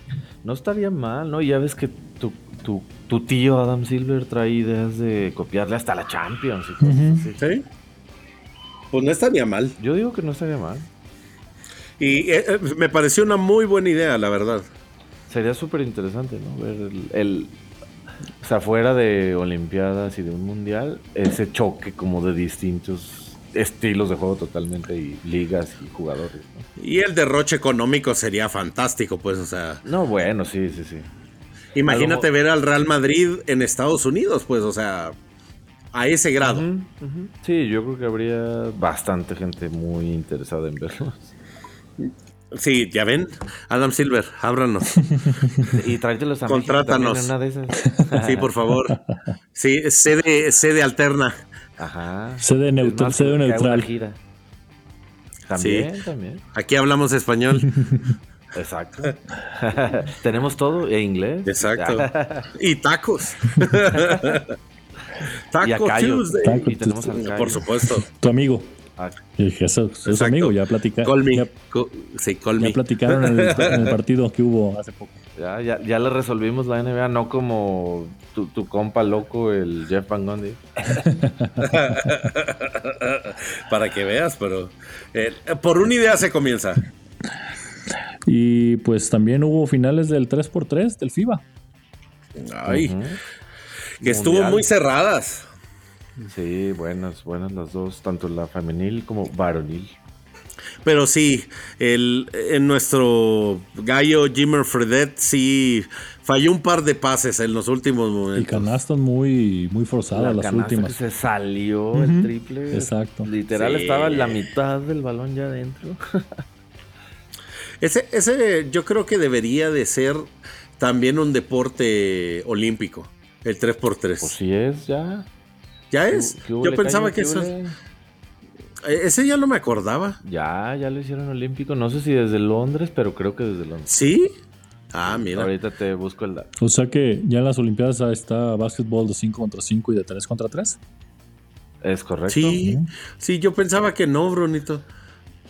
C: No estaría mal, ¿no? Ya ves que tu, tu, tu tío Adam Silver trae ideas de copiarle hasta la Champions y cosas
B: Ujú.
C: así.
A: Sí. Pues no estaría mal.
C: Yo digo que no estaría mal.
A: Y eh, eh, me pareció una muy buena idea, la verdad.
C: Sería súper interesante, ¿no? Ver el, el- O sea, fuera de Olimpiadas y de un mundial, ese choque como de distintos estilos de juego totalmente y ligas y jugadores, ¿no?
A: Y el derroche económico sería fantástico, pues, o sea,
C: No, bueno, sí, sí, sí.
A: imagínate
C: A lo
A: ver al Real Madrid en Estados Unidos, pues, o sea, a ese grado.
C: Ujú, ujú. Sí, yo creo que habría bastante gente muy interesada en verlos.
A: Sí, ya ven, Adam Silver, ábranos.
C: Y tráetelos a
A: Contrátanos.
C: México también en una de esas.
A: Sí, por favor. Sí, sede, sede alterna.
C: Ajá.
B: Sede neutral,
C: más,
B: sede
C: que haga una
B: neutral.
C: gira. También, también.
A: Aquí hablamos español.
C: Exacto. Tenemos todo e inglés.
A: Exacto. Y tacos.
C: Y a
A: Taco
C: Cayo.
A: Tuesday.
B: Taco
C: Y tenemos al Cayo.
A: Por supuesto.
B: Tu amigo.
C: Ah,
B: Y dije, eso, eso es
A: Exacto.
B: amigo, ya platicaron.
A: Call me.
B: Ya,
A: Co- sí, call
B: ya
A: me.
B: platicaron en el, en el partido que hubo hace poco.
C: Ya, ya, ya le resolvimos la NBA, no como tu, tu compa loco, el Jeff Van Gundy.
A: Para que veas, pero eh, por una idea se comienza.
B: Y pues también hubo finales del 3x3 del FIBA.
A: Ay,
C: Ujú.
A: que estuvo
C: Mundial.
A: muy cerradas.
C: Sí, buenas, buenas las dos, tanto la femenil como varonil.
A: Pero sí, el, en nuestro gallo Jimmer Fredet sí falló un par de pases en los últimos
B: Y
A: momentos.
B: canastas muy, muy
C: La
B: forzadas las
C: canasta
B: últimas.
C: que se salió
B: Ujú.
C: el triple.
B: Exacto.
C: Literal
A: Sí. Pues
C: estaba la mitad del balón ya adentro.
A: Ese, ese yo creo que debería de ser también un deporte olímpico, el 3x3.
C: Pues sí es ya.
A: ¿Ya es?
C: ¿Qué- qué
A: Yo
C: hubole,
A: pensaba
C: Cayo?
A: que
C: ¿Qué
A: eso...
C: hubole?
A: Ese ya no me acordaba.
C: Ya, ya lo hicieron olímpico. No sé si desde Londres, pero creo que desde Londres.
A: ¿Sí? Ah, mira.
C: Ahorita te busco el dato.
B: O sea que ya en las Olimpiadas está básquetbol de 5 contra 5 y de 3 contra 3.
C: Es correcto.
A: Sí, sí, yo pensaba que no, Brunito.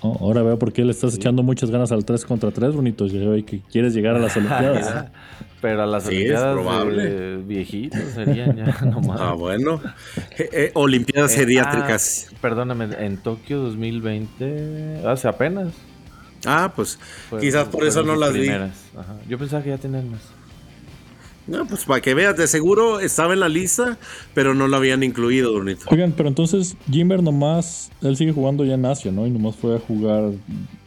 B: Oh, ahora veo por qué le estás echando muchas ganas al 3 contra 3, bonito. Ya veo que quieres llegar a las Olimpiadas.
C: Pero a las
A: Sí, es
C: Olimpiadas
A: probable.
C: eh, viejitos serían ya nomás.
A: Ah, bueno. Eh, eh, Olimpiadas
C: Eh,
A: geriátricas.
C: ah, perdóname, en Tokio 2020, hace apenas.
A: Ah, pues
C: fue-
A: quizás por
C: fueron
A: eso no
C: sus
A: las vi.
C: primeras. Ajá. Yo pensaba que ya tenían más.
A: No, pues para que veas, de seguro estaba en la lista, pero no lo habían incluido, Brunito.
B: Oigan, pero entonces Jimmer nomás, él sigue jugando ya en Asia, ¿no? Y nomás fue a jugar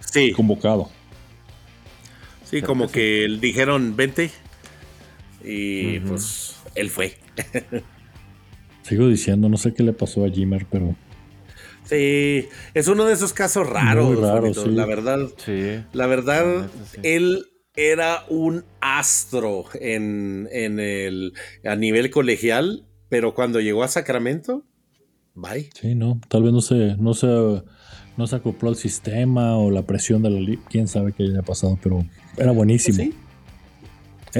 A: Sí,
B: convocado.
A: sí, como que le dijeron, vente. Y pues él fue.
B: Sigo diciendo, no sé qué le pasó a Jimmer, pero
A: Sí, es uno de esos casos raros,
B: raro,
A: Brunito,
B: sí.
A: la verdad.
C: Sí.
A: La verdad,
C: La neta, sí.
A: él era un astro en, en el, a nivel colegial, pero cuando llegó a Sacramento, bye.
B: sí, no, tal vez no se, no se, no se acopló al sistema o la presión de la liga, quién sabe qué haya pasado, pero era buenísimo.
A: Pues Sí.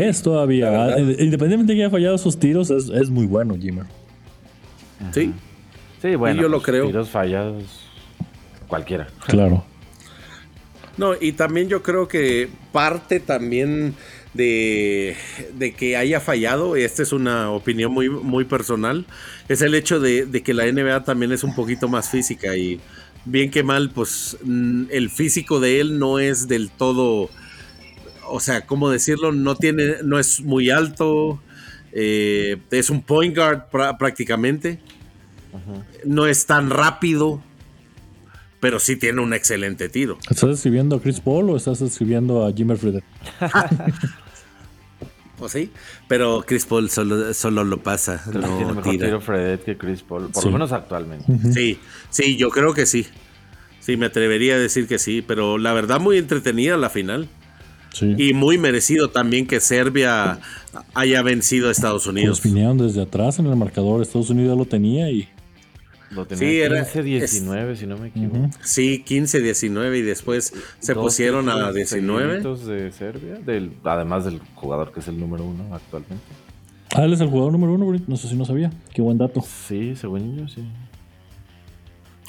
B: Es todavía,
A: La verdad.
B: eh, independientemente de que haya fallado sus tiros, es, es muy bueno Jimmer.
A: Sí.
C: Sí, bueno. pues,
A: yo lo creo.
C: Tiros fallados. Cualquiera.
B: Claro.
A: No, y también yo creo que parte también de, de que haya fallado, esta es una opinión muy, muy personal, es el hecho de, de que la NBA también es un poquito más física y bien que mal, pues mm, el físico de él no es del todo, o sea, ¿cómo decirlo? No tiene, no es muy alto, eh, es un point guard pra- prácticamente, no es tan rápido, pero sí tiene un excelente tiro.
B: ¿Estás escribiendo a Chris Paul o estás escribiendo a Jimmer Fredette?
A: ¿O Pues sí? Pero Chris Paul solo, solo lo pasa,
C: Creo que tiene
A: no
C: mejor
A: tira.
C: tiro Fredet que Chris Paul. Por
B: Sí.
C: lo menos actualmente.
A: Sí, sí, yo creo que sí. Sí, me atrevería a decir que sí, pero la verdad muy entretenida la final.
B: Sí.
A: Y muy merecido también que Serbia haya vencido a Estados Unidos.
B: Pues vinieron desde atrás en el marcador. Estados Unidos ya lo tenía y
C: Lo
A: Sí,
C: tenía
A: era-
C: 15-19, si no me equivoco.
B: Ujú.
A: Sí, 15, 19 y después se
C: Dos
A: pusieron a
C: triples
A: 19.
C: seguiditos de Serbia, del, además del jugador que es el número uno actualmente.
B: Ah, él es el jugador número uno, güey. No sé si no sabía. Qué buen dato.
C: Sí, según yo, sí.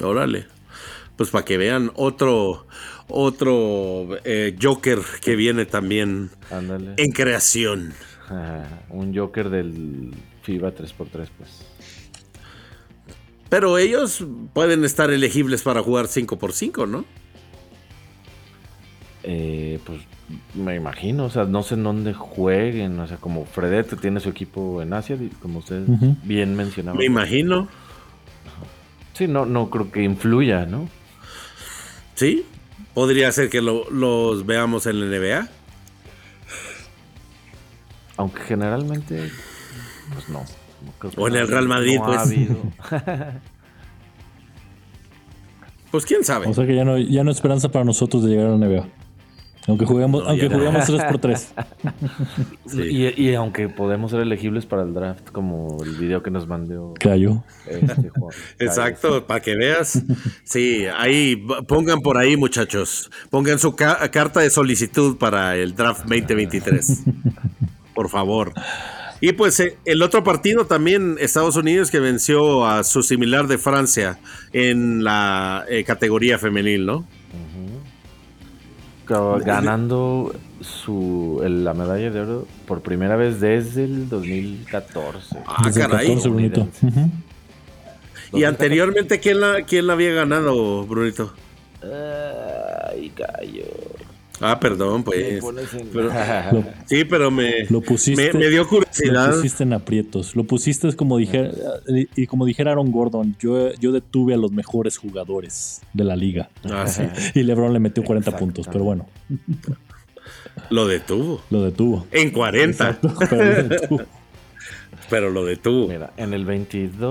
A: Órale. Pues para que vean otro, otro eh, Joker que viene también
C: Ándale.
A: en creación.
C: Ajá, un Joker del FIBA 3x3, pues.
A: Pero ellos pueden estar elegibles para jugar 5x5, ¿no?
C: Eh, pues me imagino, o sea, no sé en dónde jueguen, o sea, como Fredette tiene su equipo en Asia, di- como ustedes
B: Ujú.
C: bien mencionaban.
A: Me imagino.
C: Sí, no, no creo que influya, ¿no?
A: Sí. Podría ser que lo- los veamos en la NBA.
C: Aunque generalmente, pues no. no creo que
A: O en
C: no
A: el
C: ha-
A: Real Madrid,
C: no
A: pues.
C: Ha habido.
A: Pues quién sabe.
B: O sea que ya no, ya no hay esperanza para nosotros de llegar a la NBA. Aunque juguemos,
A: No, ya
B: aunque
A: no.
B: juguemos 3x3.
A: Sí.
C: y, y aunque podemos ser elegibles para el draft, como el video que nos mandó
B: Cayó.
C: este Juan.
A: Exacto, para que veas. Sí, ahí b- pongan por ahí, muchachos. Pongan su ca- carta de solicitud para el draft 2023. Por favor. Y pues eh, el otro partido también, Estados Unidos, que venció a su similar de Francia en la eh, categoría femenil, ¿no?
C: Ca- ganando su, el- la medalla de oro por primera vez desde el 2014.
A: Ah,
B: Desde el
A: caray.
B: 14, bonito. Ujú.
A: Y anteriormente, ¿quién la, quién la había ganado, Brunito?
C: Ay, gallo.
A: Ah, perdón, pues. Pero-
B: Lo,
A: sí, pero Ah, me,
B: lo pusiste.
A: me, me dio
B: Lo
A: curiosidad.
B: pusiste en aprietos. Lo pusiste es como dijera, y como dijera Aaron Gordon, yo, yo detuve a los mejores jugadores de la liga.
A: Ah, sí,
B: Y LeBron le metió 40 puntos,
C: Exactamente.
B: pero bueno,
A: lo detuvo.
B: lo detuvo.
A: En 40,
B: Pero lo detuvo.
A: pero lo detuvo.
C: Mira, en el 22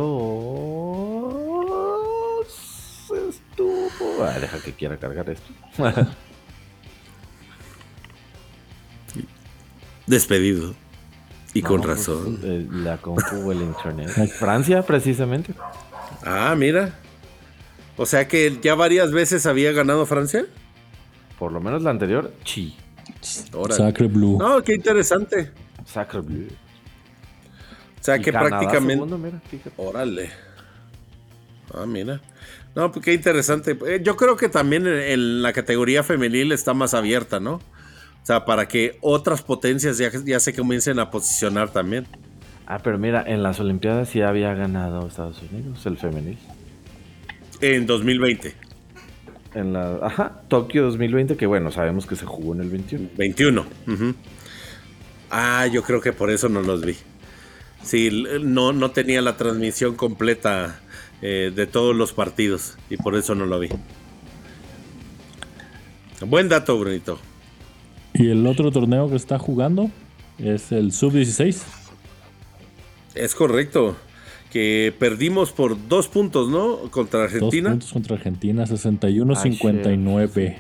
C: estuvo. Ah, deja que quiera cargar esto.
A: Despedido. Y con
C: No, pues,
A: razón.
C: eh, la compu o el internet. Francia, precisamente.
A: Ah, mira. O sea que ya varias veces había ganado Francia.
C: Por lo menos la anterior, chi.
A: Órale.
B: Sacre Blue.
A: No, qué interesante.
C: Sacre bleu.
A: O sea
C: Y
A: que
C: Canadá
A: prácticamente.
C: segundo, mira, fíjate.
A: Órale. Ah, mira. No, pues qué interesante. Eh, Yo creo que también en, en la categoría femenil está más abierta, ¿no? O sea, para que otras potencias ya, ya se comiencen a posicionar también.
C: Ah, pero mira, en las Olimpiadas sí había ganado Estados Unidos, el femenil.
A: En 2020,
C: En la, ajá, Tokio 2020, que bueno, sabemos que se jugó en el 21.
A: 21. ujú. Ah, yo creo que por eso no los vi. Sí, l- no, no tenía la transmisión completa eh, de todos los partidos y por eso no lo vi. Buen dato, Brunito.
B: Y el otro torneo que está jugando es el Sub-16.
A: Es correcto. Que perdimos por dos puntos, ¿no? Contra
B: Dos
A: Argentina.
B: puntos contra Argentina, 61-59.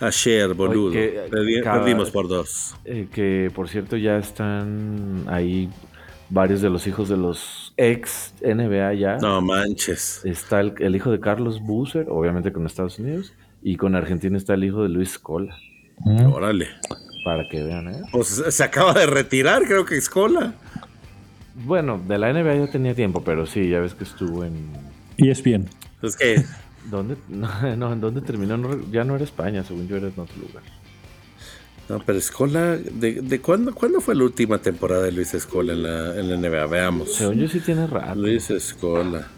A: Ayer, boludo.
C: Oye, que-
A: Perdi-
C: cada-
A: Perdimos por dos.
C: Eh, que por cierto ya están ahí varios de los hijos de los ex NBA
B: ¿Ah?
C: ya.
A: No manches.
C: Está el, el hijo de Carlos Boozer, obviamente con Estados Unidos, y con Argentina está el hijo de Luis Cola,
B: Ujú.
A: Órale.
C: para que vean, ¿eh?
A: Pues se acaba de retirar, creo que Escola.
C: Bueno, de la NBA ya tenía tiempo, pero sí, ya ves que estuvo en...
B: Y es bien.
A: Es que
C: ¿Dónde? No, no, ¿en dónde terminó? No re- ya no era España, según yo era en otro lugar.
A: No, pero Escola, ¿de, de cuándo, cuándo fue la última temporada de Luis Escola en la, en la NBA? Veamos.
C: Según yo sí tiene rato.
A: Luis Escola.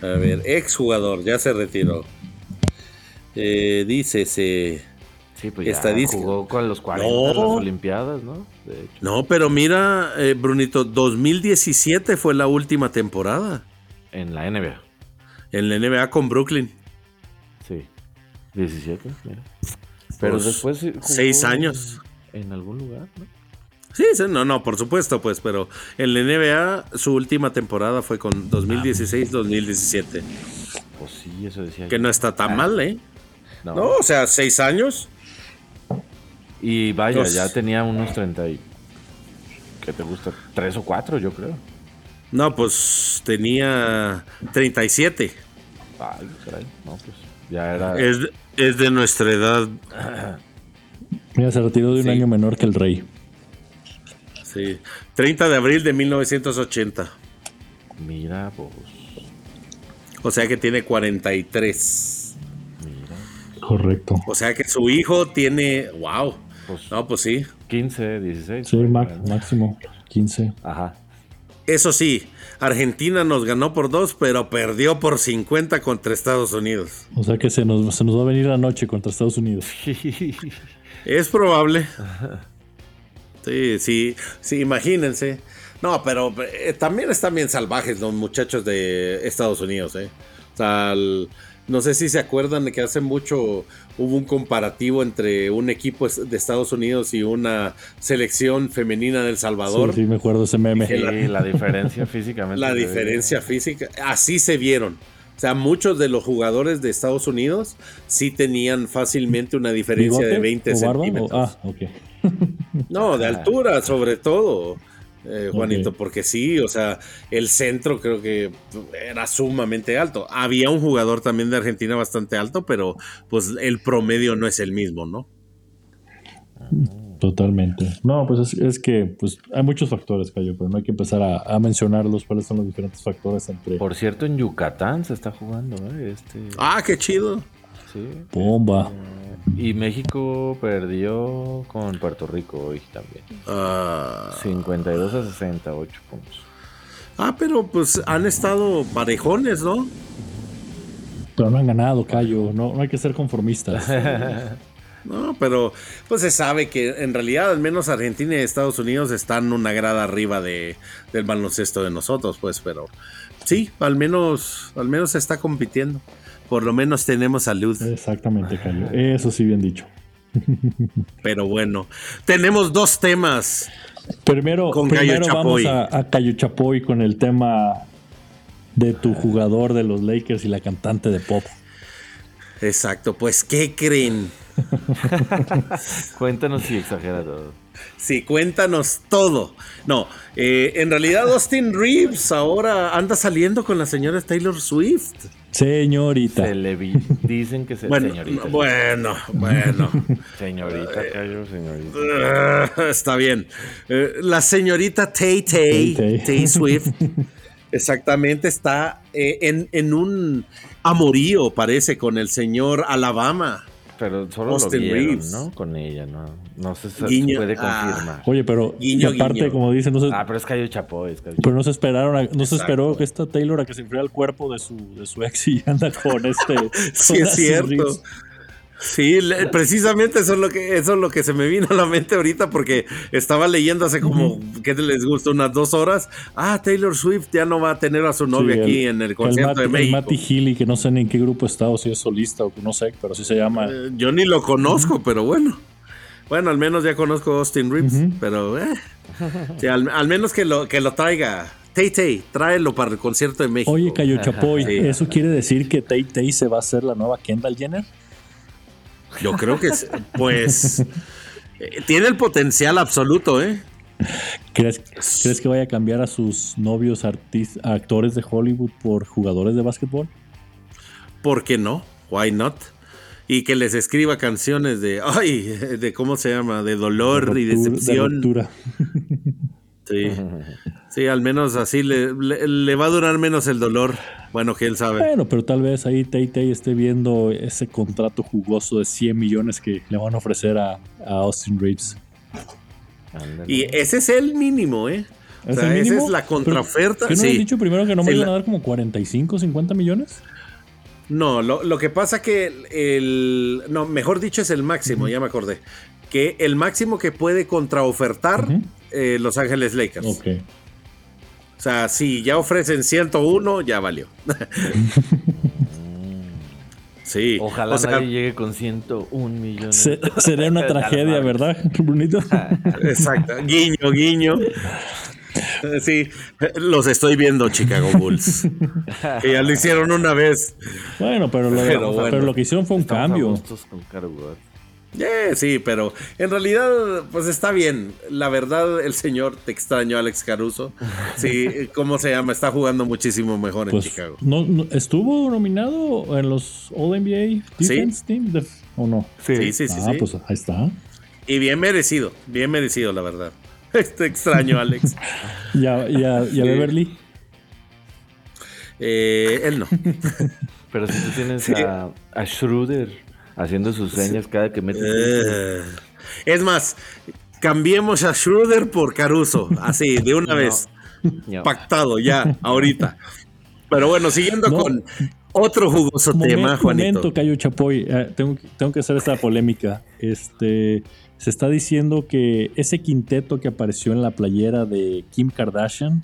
A: A ver, exjugador, ya se retiró. Eh, dice, se...
C: Sí, pues ya
A: Estadística.
C: jugó con los 40
A: No.
C: en las Olimpiadas, ¿no? De hecho.
A: No, pero mira, eh, Brunito, 2017 fue la última temporada
C: En la NBA.
A: en la NBA con Brooklyn.
C: Sí. 17, mira. Pero
A: Pues,
C: después. sí jugó
A: seis años.
C: En, en algún lugar, ¿no?
A: Sí, sí, no, no, por supuesto, pues, pero en la NBA su última temporada fue con 2016-2017,
C: Pues sí, eso decía.
A: que
C: yo.
A: no está tan mal, ¿eh?
C: No.
A: No, o sea, seis años.
C: Y vaya,
A: Los-
C: ya tenía unos 30 y. ¿Qué te gusta? Tres o cuatro, yo creo.
A: No, pues tenía 37.
C: Ay, caray. No, pues. Ya era.
A: Es, es de nuestra edad.
B: Mira, se retiró de un
A: Sí.
B: año menor que el Rey.
A: Sí. 30 de abril de 1980.
C: Mira, pues.
A: O sea que tiene 43.
C: Mira.
B: Correcto.
A: O sea que su hijo tiene. ¡Wow!
C: Pues
A: No, pues sí.
C: 15, 16.
B: Sí, ma- máximo 15.
C: Ajá.
A: Eso sí, Argentina nos ganó por dos, pero perdió por 50 contra Estados Unidos.
B: O sea que se nos, se nos va a venir la noche contra Estados Unidos.
A: Es probable. Sí, sí, sí, imagínense. No, pero eh, también están bien salvajes los muchachos de Estados Unidos, ¿eh? O sea, el- no sé si se acuerdan de que hace mucho hubo un comparativo entre un equipo es- de Estados Unidos y una selección femenina del Salvador.
B: Sí, sí, me acuerdo de ese meme.
C: Sí, la diferencia físicamente.
A: La
C: te digo.
A: diferencia física, así se vieron. O sea, muchos de los jugadores de Estados Unidos sí tenían fácilmente una diferencia
B: ¿Bigote
A: de 20
B: o barba? O-
A: centímetros.
B: ah, ok.
A: No, de
C: Ah.
A: altura, sobre todo, eh, Juanito,
B: Ok.
A: porque sí, o sea, el centro creo que era sumamente alto. Había un jugador también de Argentina bastante alto, pero pues el promedio no es el mismo, ¿no?
B: Totalmente. No, pues es, es que pues hay muchos factores, Cayo, pero no hay que empezar a, a mencionarlos cuáles son los diferentes factores entre
C: Por cierto, en Yucatán se está jugando, ¿eh? Este,
A: Ah, qué chido.
C: sí.
B: bomba.
C: Y México perdió con Puerto Rico hoy también.
A: Ah,
C: 52 a 68 puntos.
A: ah, pero pues han estado parejones, ¿no?
B: Pero no han ganado, Cayo. No, no hay que ser conformistas.
A: No, pero pues se sabe que en realidad al menos Argentina y Estados Unidos están una grada arriba de, del baloncesto de nosotros, pues, pero sí, al menos, al menos se está compitiendo. Por lo menos tenemos salud.
B: Exactamente, Cayo. Eso sí, bien dicho.
A: Pero bueno, tenemos dos temas.
B: Primero,
A: Con Cayo
B: primero vamos
A: Chapoy.
B: a, a Cayo Chapoy con el tema de tu jugador de los Lakers y la cantante de pop.
A: Exacto, pues, ¿qué creen?
C: Cuéntanos si exagera todo.
A: Sí, cuéntanos todo. No, eh, en realidad Austin Reeves ahora anda saliendo con la señora Taylor Swift.
B: Señorita.
C: Se le vi- dicen que se.
A: Bueno,
C: señorita.
A: bueno, Eh, bueno.
C: Señorita, Cayo, señorita.
A: Ah, Está bien. Eh, la señorita Tay Tay,
B: Tay Tay.
A: Tay Swift, exactamente está eh, en, en un amorío, parece, con el señor Alabama.
C: Pero solo
A: Austin
C: lo vieron,
A: Reeves.
C: ¿no? Con ella, ¿no? No se sa-
A: Guiño.
C: puede
A: Ah.
C: confirmar.
B: Oye, pero
A: Guiño,
B: y aparte,
A: guiño.
B: como dicen, no se,
C: Ah, pero es Cayo Chapoy, es Cayo
B: pero no se esperaron, a- no se
A: Exacto.
B: esperó que esta Taylor a que se enfriara el cuerpo de su, de su ex y anda con este.
A: Sí,
B: con
A: es
B: Austin
A: cierto.
B: Reeves.
A: Sí, le- precisamente eso es lo que eso es lo que se me vino a la mente ahorita porque estaba leyendo hace como que les gusta unas dos horas. Ah, Taylor Swift ya no va a tener a su novia
B: Sí, el-
A: aquí en el concierto
B: Mati-
A: de México.
B: Mati Healy, que no sé ni en qué grupo está o si es solista o no sé, pero sí se llama.
A: Eh, Yo ni lo conozco, pero bueno. Bueno, al menos ya conozco a Austin Reeves,
B: Ujú.
A: pero eh. Sí, al, al menos que lo, que lo traiga. Tay Tay, tráelo para el concierto de México.
B: Oye, Cayo Chapoy,
A: Sí.
B: ¿eso quiere decir que Tay Tay se va a hacer la nueva Kendall Jenner?
A: Yo creo que es- pues eh, tiene el potencial absoluto, ¿eh?
B: ¿Crees, crees que vaya a cambiar a sus novios artis- actores de Hollywood por jugadores de básquetbol?
A: ¿Por qué no? Why not? Y que les escriba canciones de ay, de cómo se llama, de dolor y
B: Ruptura- de
A: decepción.
B: ruptura.
A: sí. Sí, al menos así le, le- le va a durar menos el dolor. Bueno, quién sabe.
B: Bueno, pero tal vez ahí Tay Tay esté viendo ese contrato jugoso de 100 millones que le van a ofrecer a, a Austin Reeves.
C: Ándale.
A: Y ese es el mínimo, ¿eh? O sea,
B: el
A: esa
B: mínimo?
A: es la contraoferta.
B: ¿Pero ¿Qué no
A: sí.
B: has dicho primero que no me
A: Sí,
B: iban a
A: la-
B: dar como 45, 50 millones?
A: No, lo, lo que pasa que el, el- No, mejor dicho, es el máximo, ya me acordé. Que el máximo que puede contraofertar
B: Ujú.
A: eh, Los Ángeles Lakers.
B: Ok.
A: O sea, si ya ofrecen 101, ya valió. sí.
C: Ojalá
A: o sea,
C: nadie llegue con 101 millones.
B: Se- sería una tragedia, ¿verdad, Brunito?
A: Exacto. Guiño, guiño. Eh, Sí, eh, los estoy viendo, Chicago Bulls. que ya lo hicieron una vez.
B: bueno, pero lo,
A: Pero
B: pero
A: bueno.
B: lo que hicieron fue un
C: Estamos a
B: cambio.
C: gustos con Cargo.
A: Eh, sí, pero en realidad, pues está bien. La verdad, el señor te extraño, Alex Caruso. Sí, ¿cómo se llama? Está jugando muchísimo mejor en
B: Pues,
A: Chicago.
B: no, no- ¿Estuvo nominado en los All NBA Defense Team Def- o no?
A: Sí, sí, sí.
B: ah,
A: sí.
B: pues ahí está.
A: Y bien merecido, bien merecido, la verdad. Este extraño, Alex.
B: Y a, y a- y
A: Sí.
B: a Beverly.
A: Eh, él no.
C: Pero si tú tienes
A: Sí.
C: a, a Schroeder haciendo sus señas cada que metes.
A: Eh, es más, cambiemos a Schroeder por Caruso. Así, de una
C: No.
A: vez.
C: No.
A: Pactado ya, ahorita. Pero bueno, siguiendo
B: No.
A: con otro jugoso
B: Momen-
A: tema, Juanito.
B: Momento, Cayo Chapoy. Eh, tengo, que- tengo que hacer esta polémica. Este, se está diciendo que ese quinteto que apareció en la playera de Kim Kardashian,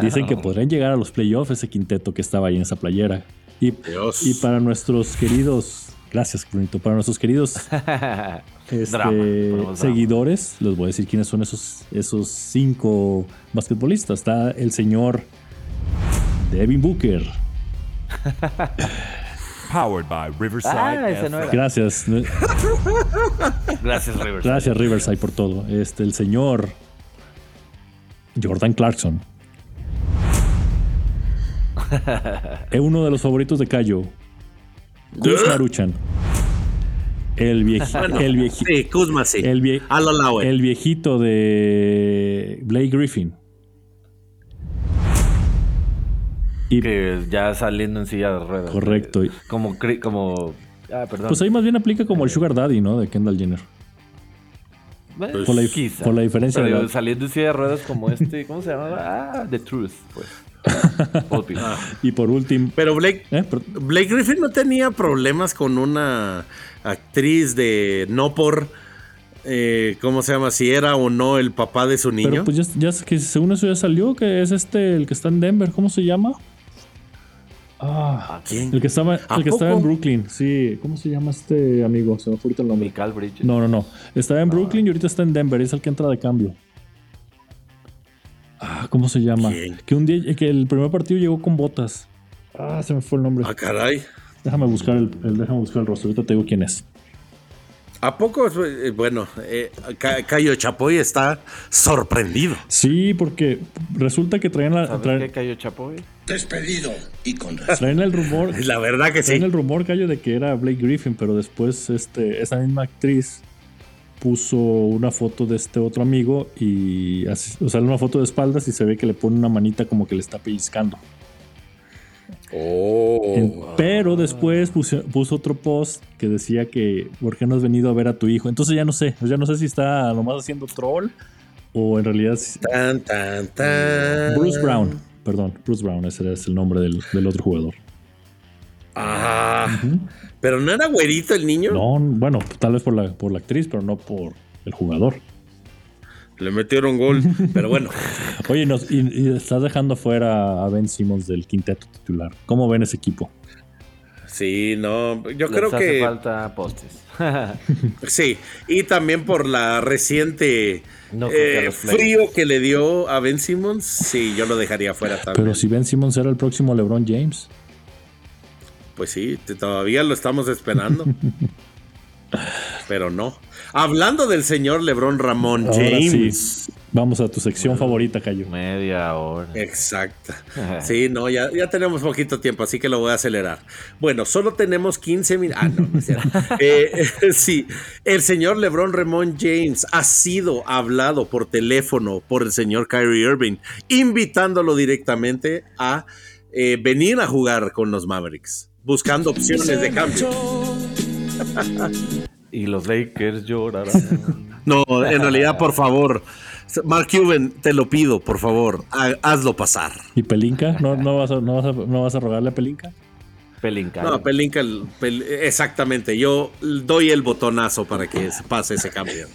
B: dicen que podrían llegar a los playoffs ese quinteto que estaba ahí en esa playera. Y,
A: Dios.
B: y para nuestros queridos, gracias, Brunito, para nuestros queridos
C: Ah,
B: este,
C: Drama, ponemos drama.
B: seguidores, les voy a decir quiénes son esos, esos cinco basquetbolistas. Está el señor Devin Booker.
F: Powered by Riverside.
C: Ah, ese no
F: FM.
C: era.
B: Gracias.
C: Gracias, Rivers.
B: Gracias Riverside por todo. Este, el señor Jordan Clarkson. es uno de los favoritos de Cayo. Kuz Maruchan. El, vieji- el, vieji-
A: Sí, Ah, Kuzma sí.
B: el vie-
A: Al Olawe.
B: el viejito de Blake Griffin. Y
C: Que ya saliendo en silla de ruedas. eh,
B: correcto. y-
C: Como. cri- como ah, perdón.
B: Pues ahí más bien aplica como el Sugar Daddy, ¿no? De Kendall Jenner.
C: Bueno,
A: Pues,
B: Por la,
C: quizá.
B: por la diferencia
C: Pero
B: de
C: digo,
B: edad.
C: saliendo en silla de ruedas como este. ¿Cómo se llamaba? Ah, The Truth, pues. Volpi.
A: Ah.
B: Y por último.
A: Pero Blake,
B: ¿eh? Pero-
A: Blake Griffin no tenía problemas con una actriz de no por eh, cómo se llama si era o no el papá de su niño.
B: Pero pues ya, ya que según eso ya salió, que es este, el que está en Denver, ¿cómo se llama? Ah,
A: ¿Quién?
B: el que estaba,
A: ¿A
B: el que estaba en
A: poco?
B: Brooklyn, sí. ¿Cómo se llama este amigo? Se me fue ahorita el nombre.
C: Michael Bridges.
B: No, no, no. Estaba en
A: Ah.
B: Brooklyn y ahorita está en Denver, es el que entra de cambio. Ah, ¿cómo se llama?
A: ¿Quién?
B: Que un día, que el primer partido llegó con botas. Ah, se me fue el nombre.
A: Ah, caray.
B: Déjame buscar el, el- déjame buscar el rostro, ahorita te digo quién es.
A: ¿A poco? Eh, Bueno, eh, Ca- Cayo Chapoy está sorprendido.
B: Sí, porque resulta que traen la,
C: ¿Sabes
B: traen-
C: qué cayó Chapoy?
D: Despedido y con razón.
B: traen el rumor
A: La verdad que
B: Traen
A: sí.
B: el rumor, Gallo, de que era Blake Griffin, pero después este, esa misma actriz puso una foto de este otro amigo y así, o sea, una foto de espaldas y se ve que le pone una manita como que le está pellizcando.
A: Oh,
B: En- pero después puso, puso otro post que decía que ¿por qué no has venido a ver a tu hijo? Entonces ya no sé, ya no sé si está nomás haciendo troll o en realidad si-
A: Tan, tan, tan.
B: Bruce Brown, perdón, Bruce Brown, ese es el nombre del, del otro jugador.
A: Ah, pero no era güerito el niño.
B: No, bueno, tal vez por la, por la actriz, pero no por el jugador.
A: Le metieron gol. Pero bueno,
B: Oye, nos, y, y estás dejando fuera a Ben Simmons del quinteto titular. ¿Cómo ven ese equipo?
A: sí, no. Yo
C: Les
A: creo
C: hace
A: que
C: falta postes.
A: Sí, y también por la reciente
C: No creo que
A: eh,
C: los playoffs.
A: frío que le dio a Ben Simmons, sí, yo lo dejaría fuera también.
B: Pero si Ben Simmons era el próximo LeBron James.
A: Pues sí, te- todavía lo estamos esperando. Pero no. Hablando del señor LeBron Ramón
B: Ahora
A: James.
B: sí. Vamos a tu sección favorita, Cayo.
C: Media hora.
A: Exacto. Eh, Sí, no, ya, ya tenemos poquito tiempo, así que lo voy a acelerar. Bueno, solo tenemos 15 minutos. Ah, no, no es cierto. Eh, eh, sí, el señor LeBron Ramón James ha sido hablado por teléfono por el señor Kyrie Irving, invitándolo directamente a eh, venir a jugar con los Mavericks, buscando opciones de cambio.
C: Y los Lakers llorarán.
A: No, en realidad, por favor, Mark Cuban, te lo pido, por favor, ha- hazlo pasar.
B: ¿Y Pelinka? ¿No, no, vas a, no, vas a, no vas a rogarle a Pelinka?
C: Pelinca.
A: No, Pelinka, el- Pel- exactamente. Yo doy el botonazo para que es- pase ese cambio.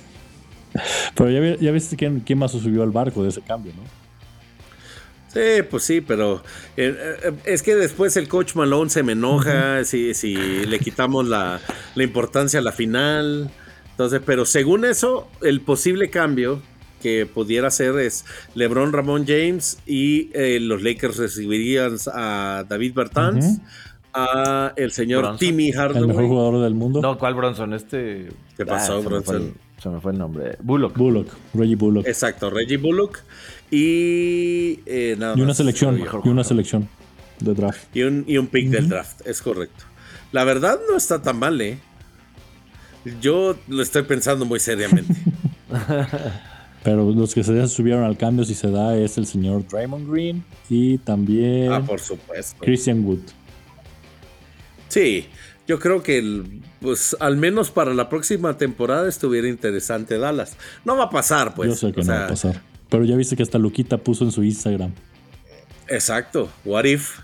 B: Pero ya, vi- ya viste quién, quién más se subió al barco de ese cambio, ¿no?
A: Sí, pues sí, pero eh, eh, es que después el coach Malone se me enoja si, si le quitamos la, la importancia a la final. Entonces, pero según eso, el posible cambio que pudiera ser es LeBron Ramón James y eh, los Lakers recibirían a David Bertans,
B: Ujú.
A: a el señor
C: Bronson.
A: Timmy
B: El mejor
A: Hardaway.
B: jugador del mundo.
C: No, ¿cuál Bronson? Este.
A: ¿Qué pasó,
C: se me fue
A: Bronson?
C: el- se me fue el nombre. Bullock.
B: Bullock, Reggie Bullock.
A: Exacto, Reggie Bullock y eh, nada
B: y una
A: más.
B: selección,
A: Mejor
B: y una
A: jugador.
B: selección de draft.
A: Y un, y un pick del draft, es correcto. La verdad no está tan mal, ¿eh? Yo lo estoy pensando muy seriamente.
B: Pero los que se subieron al cambio, si se da, es el señor Draymond Green y también
A: Ah, por supuesto.
B: Christian Wood.
A: Sí, yo creo que el- pues al menos para la próxima temporada estuviera interesante Dallas. No va a pasar, pues.
B: Yo sé que
A: O
B: no va
A: sea,
B: a pasar. Pero ya viste que hasta Luquita puso en su Instagram.
A: Exacto. What if?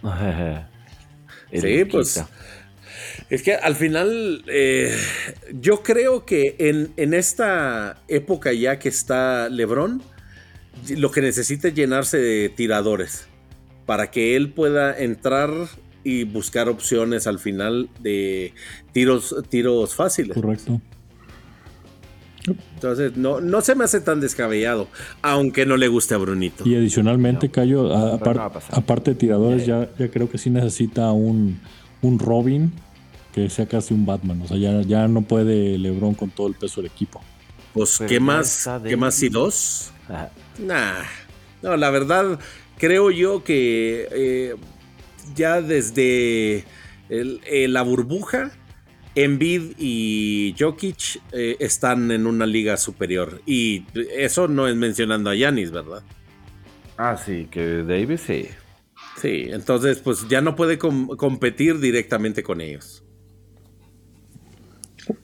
C: El
A: sí, pues.
C: Luquita.
A: Es que al final, eh, yo creo que en, en esta época ya que está Lebron, lo que necesita es llenarse de tiradores para que él pueda entrar y buscar opciones al final de tiros, tiros fáciles.
B: Correcto.
A: Entonces, no, no se me hace tan descabellado, aunque no le guste a Brunito.
B: Y adicionalmente, Cayo, a-
C: pero
B: apar-
C: no va a pasar.
B: aparte de tiradores, ya, ya creo que sí necesita un, un Robin que sea casi un Batman. O sea, ya, ya no puede LeBron con todo el peso del equipo.
A: Pues,
C: Pero
A: ¿qué
C: ya
A: más?
C: está
A: ¿Qué
C: Davis.
A: más si dos?
C: Ajá.
A: Nah. No, la verdad, creo yo que eh, ya desde el- eh, la burbuja, Embiid y Jokic eh, están en una liga superior. Y eso no es mencionando a Yanis, ¿verdad?
C: Ah, sí, que Davis sí.
A: Sí, entonces, pues ya no puede com- competir directamente con ellos.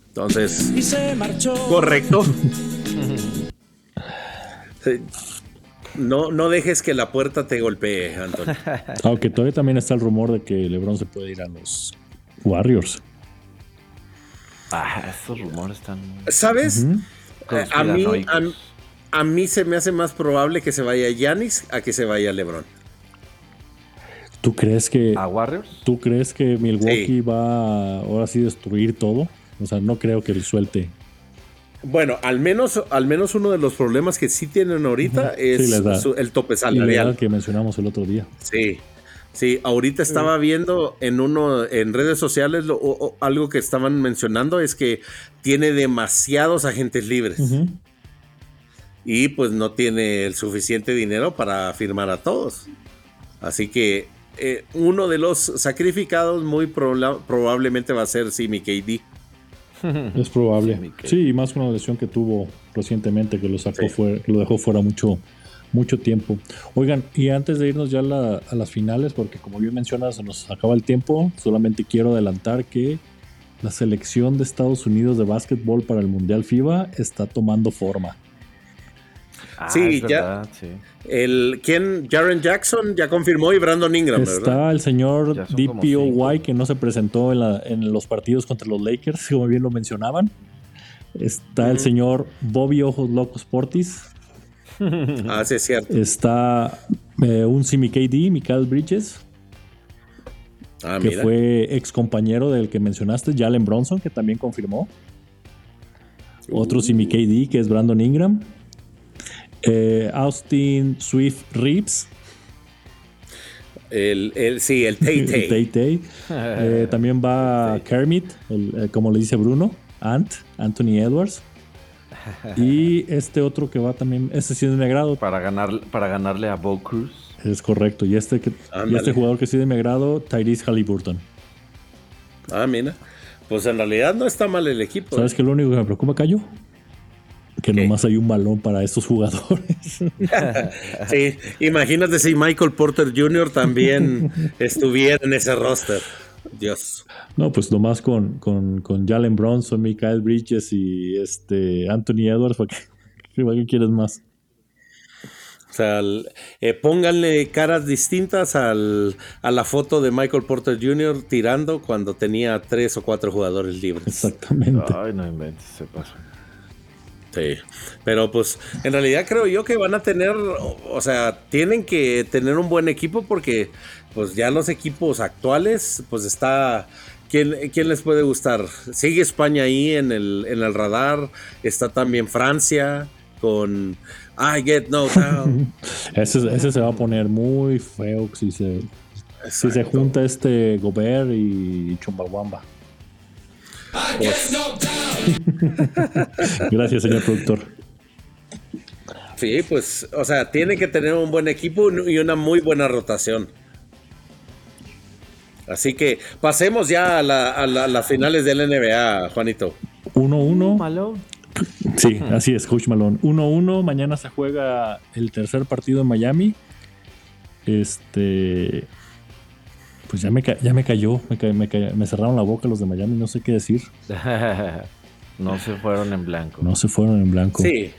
A: Entonces.
E: y se marchó.
A: Correcto. Sí. No, no dejes que la puerta te golpee, Antonio.
B: Aunque todavía también está el rumor de que LeBron se puede ir a los Warriors.
C: Ah, esos rumores están.
A: ¿Sabes? Eh, a, mí, a,
C: conspiranoicos.
A: a mí se me hace más probable que se vaya Yanis a que se vaya Lebron.
B: ¿Tú crees que
C: ¿A Warriors?
B: ¿Tú crees que Milwaukee
A: Sí.
B: va a ahora sí destruir todo? O sea, no creo que le suelte.
A: Bueno, al menos, al menos uno de los problemas que sí tienen ahorita
B: Ujú.
A: es
B: Sí, les da.
A: su- el tope
B: La
A: salarial.
B: verdad que mencionamos el otro día.
A: Sí, sí, ahorita estaba viendo en uno, en redes sociales, lo- o- o algo que estaban mencionando es que tiene demasiados agentes libres.
B: Ujú.
A: y pues no tiene el suficiente dinero para firmar a todos. Así que eh, uno de los sacrificados muy prola- probablemente va a ser Simi KD.
B: Es probable.
C: Sí,
B: Sí,
C: mi que-
B: y más con la lesión que tuvo recientemente que lo sacó fuera, que lo dejó fuera mucho, mucho tiempo. Oigan, y antes de irnos ya a, la- a las finales, porque como bien mencionas, se nos acaba el tiempo, solamente quiero adelantar que la selección de Estados Unidos de básquetbol para el Mundial FIBA está tomando forma.
C: Ah,
A: Sí,
C: es
A: ya-
C: verdad, sí.
A: El quien Jaren Jackson ya confirmó y Brandon Ingram, ¿verdad?
B: Está el señor
C: Ya son como
B: DPOY
C: cinco.
B: que no se presentó en, la- en los partidos contra los Lakers, como bien lo mencionaban. Está el señor Bobby Ojos Locos Portis.
A: Ah, sí, es cierto.
B: Está eh, un Simi KD, Michael Bridges,
A: Ah,
B: que
A: mira.
B: fue ex compañero del que mencionaste, Jalen Bronson, que también confirmó.
A: Uh.
B: Otro Simi KD, que es Brandon Ingram. Eh, Austin Swift Reeves.
A: El, el- sí, el Tay
B: El Tay
A: Tay.
B: Tay. Eh, también va Kermit, el, eh, como le dice Bruno, Ant, Anthony Edwards. Y este otro que va también, este sí es de mi agrado,
C: Para, ganar, para ganarle a Bo Cruz.
B: es correcto. Y este, que, y
A: Ándale.
B: este jugador que sí es de mi agrado, Tyrese Halliburton.
A: Ah, mira. Pues en realidad no está mal el equipo.
B: ¿Sabes
A: ¿eh?
B: qué es lo único que me preocupa, Cayo? Que
A: ¿Qué?
B: nomás hay un balón para estos jugadores.
A: Sí, imagínate si Michael Porter Jr. también estuviera en ese roster. Dios.
B: no, pues nomás con, con, con Jalen Bronson, Michael Bridges y este Anthony Edwards. ¿Para qué, para qué quieres más?
A: O sea, el- eh, pónganle caras distintas al, a la foto de Michael Porter Jr. tirando cuando tenía tres o cuatro jugadores libres.
B: Exactamente.
C: Ay, no inventes, se pasó.
A: Sí. Pero pues en realidad creo yo que van a tener, o, o sea, tienen que tener un buen equipo porque pues ya los equipos actuales pues está... ¿Quién, quién les puede gustar? Sigue España ahí en el, en el radar. Está también Francia con I Get No Down.
B: Ese, ese se va a poner muy feo si se, si se junta este Gobert y Chumbawamba. Gracias, señor productor.
A: Sí, pues, o sea, tiene que tener un buen equipo y una muy buena rotación. Así que pasemos ya a, la- a la- a las finales del NBA, Juanito.
B: 1-1. Sí, así es, Coach Malone. 1-1, mañana se juega el tercer partido en Miami. Este. Pues ya me, ca- ya me cayó, me, ca- me, ca- me cerraron la boca los de Miami, no sé qué decir.
C: no se fueron en blanco.
B: No se fueron en blanco.
A: Sí.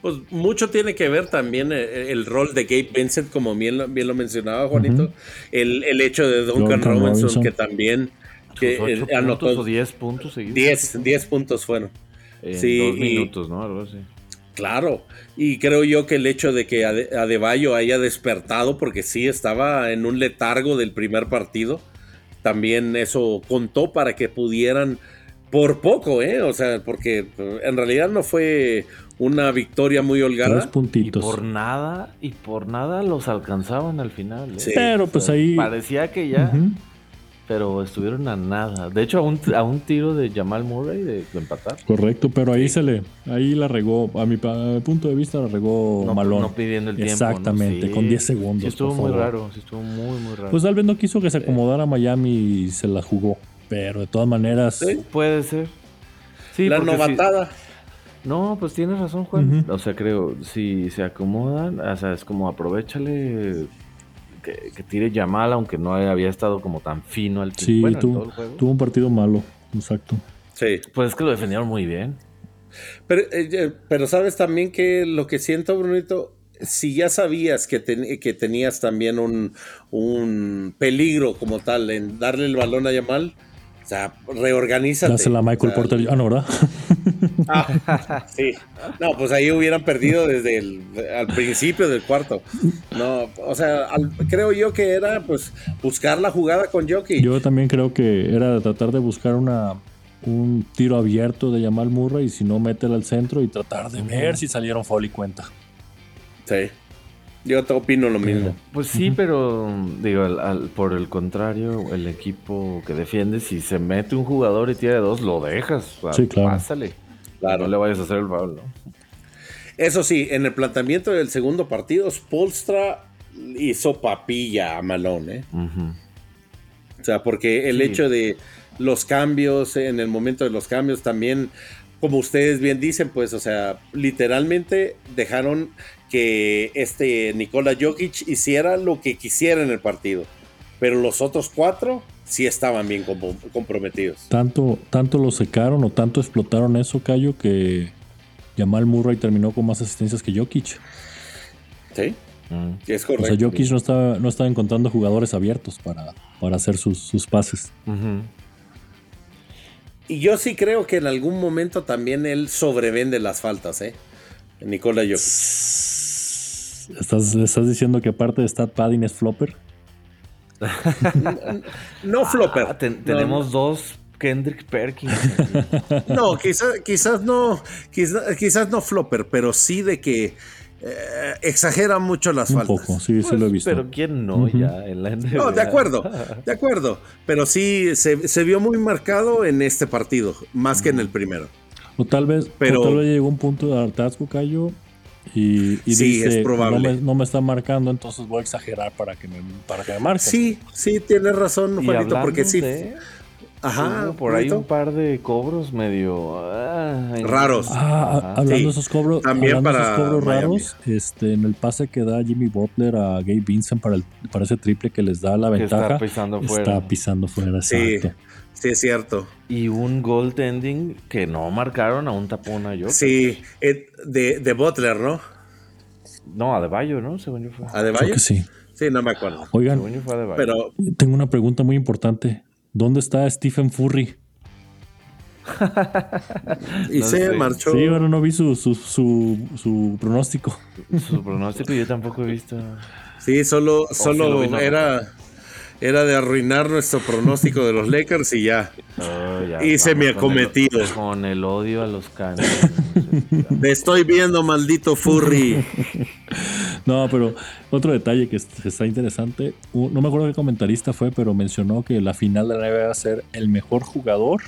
A: Pues mucho tiene que ver también el, el rol de Gabe Vincent, como bien lo, bien lo mencionaba Juanito. el, el hecho de Duncan,
B: Duncan
A: Robinson,
B: Robinson.
A: que también que,
C: Sus Pues ocho
A: eh, anotó
C: puntos o 10 puntos seguidos.
A: 10, 10 puntos fueron.
C: En
A: sí,
C: dos
A: y-
C: minutos, ¿no? Algo así.
A: Claro, y creo yo que el hecho de que Ade- Adebayo haya despertado, porque sí estaba en un letargo del primer partido, también eso contó para que pudieran, por poco, ¿eh? O sea, porque eh, en realidad no fue una victoria muy
B: Tres
A: holgada.
C: Y
B: puntitos.
C: por nada, y por nada los alcanzaban al final. ¿eh?
A: Sí.
B: Pero pues ahí.
C: Parecía que ya,
B: Ujú.
C: pero estuvieron a nada. De hecho, a un, a un tiro de Jamal Murray de, de empatar.
B: Correcto, pero ahí se le, ahí la regó, a mi pa- punto de vista la regó
C: No,
B: Malón.
C: no pidiendo el tiempo. ¿no?
B: Exactamente, con 10 segundos,
C: Sí, estuvo
B: por
C: muy
B: favor.
C: raro. Sí, estuvo muy, muy raro.
B: Pues tal vez no quiso que se acomodara Miami y se la jugó, pero de todas maneras,
A: Sí.
C: Puede ser. Sí,
A: la
C: porque sí-
A: novatada.
C: No, pues tienes razón, Juan.
B: Ujú.
C: O sea, creo, si se acomodan, o sea, es como aprovechale que, que tire Yamal, aunque no había estado como tan fino al
B: sí,
C: bueno, en
B: tuvo,
C: todo el juego.
B: tuvo un partido malo, exacto.
A: Sí.
C: Pues es que lo defendieron muy bien.
A: Pero, eh, eh, pero sabes también que lo que siento, Brunito, si ya sabías que, ten- que tenías también un, un peligro como tal en darle el balón a Yamal, o sea, reorganízate.
B: Dásela a Michael
A: O sea,
B: Porter, ah no, ¿verdad?
A: ah, sí. No, pues ahí hubieran perdido desde el al principio del cuarto. No, o sea, al- creo yo que era pues buscar la jugada con Jockey.
B: Yo también creo que era de tratar de buscar una un tiro abierto de Jamal Murray y si no métela al centro y tratar de ver si salieron foul y cuenta.
A: Sí. Yo te opino lo mismo.
C: Pues sí, pero digo, al- al- por el contrario, el equipo que defiende, si se mete un jugador y tira dos, lo dejas. o sea,
B: Sí, claro.
C: Pásale.
A: Claro.
C: No le vayas a hacer el foul, ¿no?
A: Eso sí, en el planteamiento del segundo partido, Spolstra hizo papilla a Malone. ¿eh?
C: Ujú.
A: O sea, porque el
C: Sí.
A: hecho de los cambios, en el momento de los cambios, también, como ustedes bien dicen, pues, o sea, literalmente dejaron que este Nikola Jokic hiciera lo que quisiera en el partido. Pero los otros cuatro sí estaban bien compo- comprometidos.
B: Tanto, tanto lo secaron o tanto explotaron eso, Cayo, que Jamal Murray terminó con más asistencias que Jokic.
A: Sí,
C: Mm.
A: es
B: O
A: correcto.
B: sea, Jokic no estaba, no estaba encontrando jugadores abiertos para, para hacer sus, sus pases.
C: Ujú.
A: Y yo sí creo que en algún momento también él sobrevende las faltas, ¿eh? Nicola Jokic.
B: ¿Estás, ¿Le estás diciendo que aparte de Stat Padding es flopper?
A: No flopper.
C: Ah, ten-
A: No,
C: tenemos dos Kendrick Perkins.
A: No, no, quizás, quizás no, quizás, quizás no flopper, pero sí de que eh, exagera mucho las
B: Un
A: faltas.
B: poco, sí, sí
C: Pues,
B: lo he visto.
C: Pero quién no
B: Ujú.
C: ya en la NBA.
A: No, de acuerdo, de acuerdo. Pero sí se, se vio muy marcado en este partido, más que en el primero.
B: O tal vez,
A: Pero-
B: o tal vez llegó un punto de hartazgo, Cayo, y, y
A: Sí,
B: dice,
A: es probable.
B: No, me, no me está marcando, entonces voy a exagerar para que me, para que me marquen.
A: Sí, sí, tienes razón,
C: Y
A: Juanito,
C: hablando
A: porque sí.
C: de-
A: Ajá,
C: hubo por ahí
A: Juanito.
C: un par de cobros medio ah, en-
A: Raros.
B: Ah,
C: Ajá.
B: a- hablando
A: Sí,
B: de esos cobros,
A: también
B: hablando de esos
A: para
B: cobros
A: Miami.
B: raros, este, en el pase que da Jimmy Butler a Gabe Vincent para, el, para ese triple que les da la
C: que está
B: ventaja,
C: pisando fuera.
B: está pisando fuera.
A: Sí.
B: Exacto.
A: Sí, es cierto.
C: y un goaltending que no marcaron a un tapón a yo.
A: Sí, eh, de, de Butler, ¿no?
C: No, a De Bayo, ¿no? Según yo fue.
A: Adebayo.
B: Creo que sí.
A: Sí, no me acuerdo.
B: Oigan,
C: Según yo fue a De Bayo.
A: Ah, Pero
B: tengo una pregunta muy importante. ¿Dónde está Stephen Furry?
A: y
C: No
A: se
C: sé.
A: marchó.
B: Sí, bueno, no vi su, su, su, su pronóstico.
C: Su pronóstico yo tampoco he visto.
A: Sí, solo,
C: Oh, sí lo
A: solo
C: vi, no.
A: era, era de arruinar nuestro pronóstico de los Lakers y ya.
C: Ah, ya,
A: Hice
C: vamos
A: mi
C: con el-
A: acometido.
C: Con el odio a los canes.
A: Te estoy viendo, maldito Furry.
B: No, pero otro detalle que es- está interesante, u- no me acuerdo qué comentarista fue, pero mencionó que la final de la NBA va a ser el mejor jugador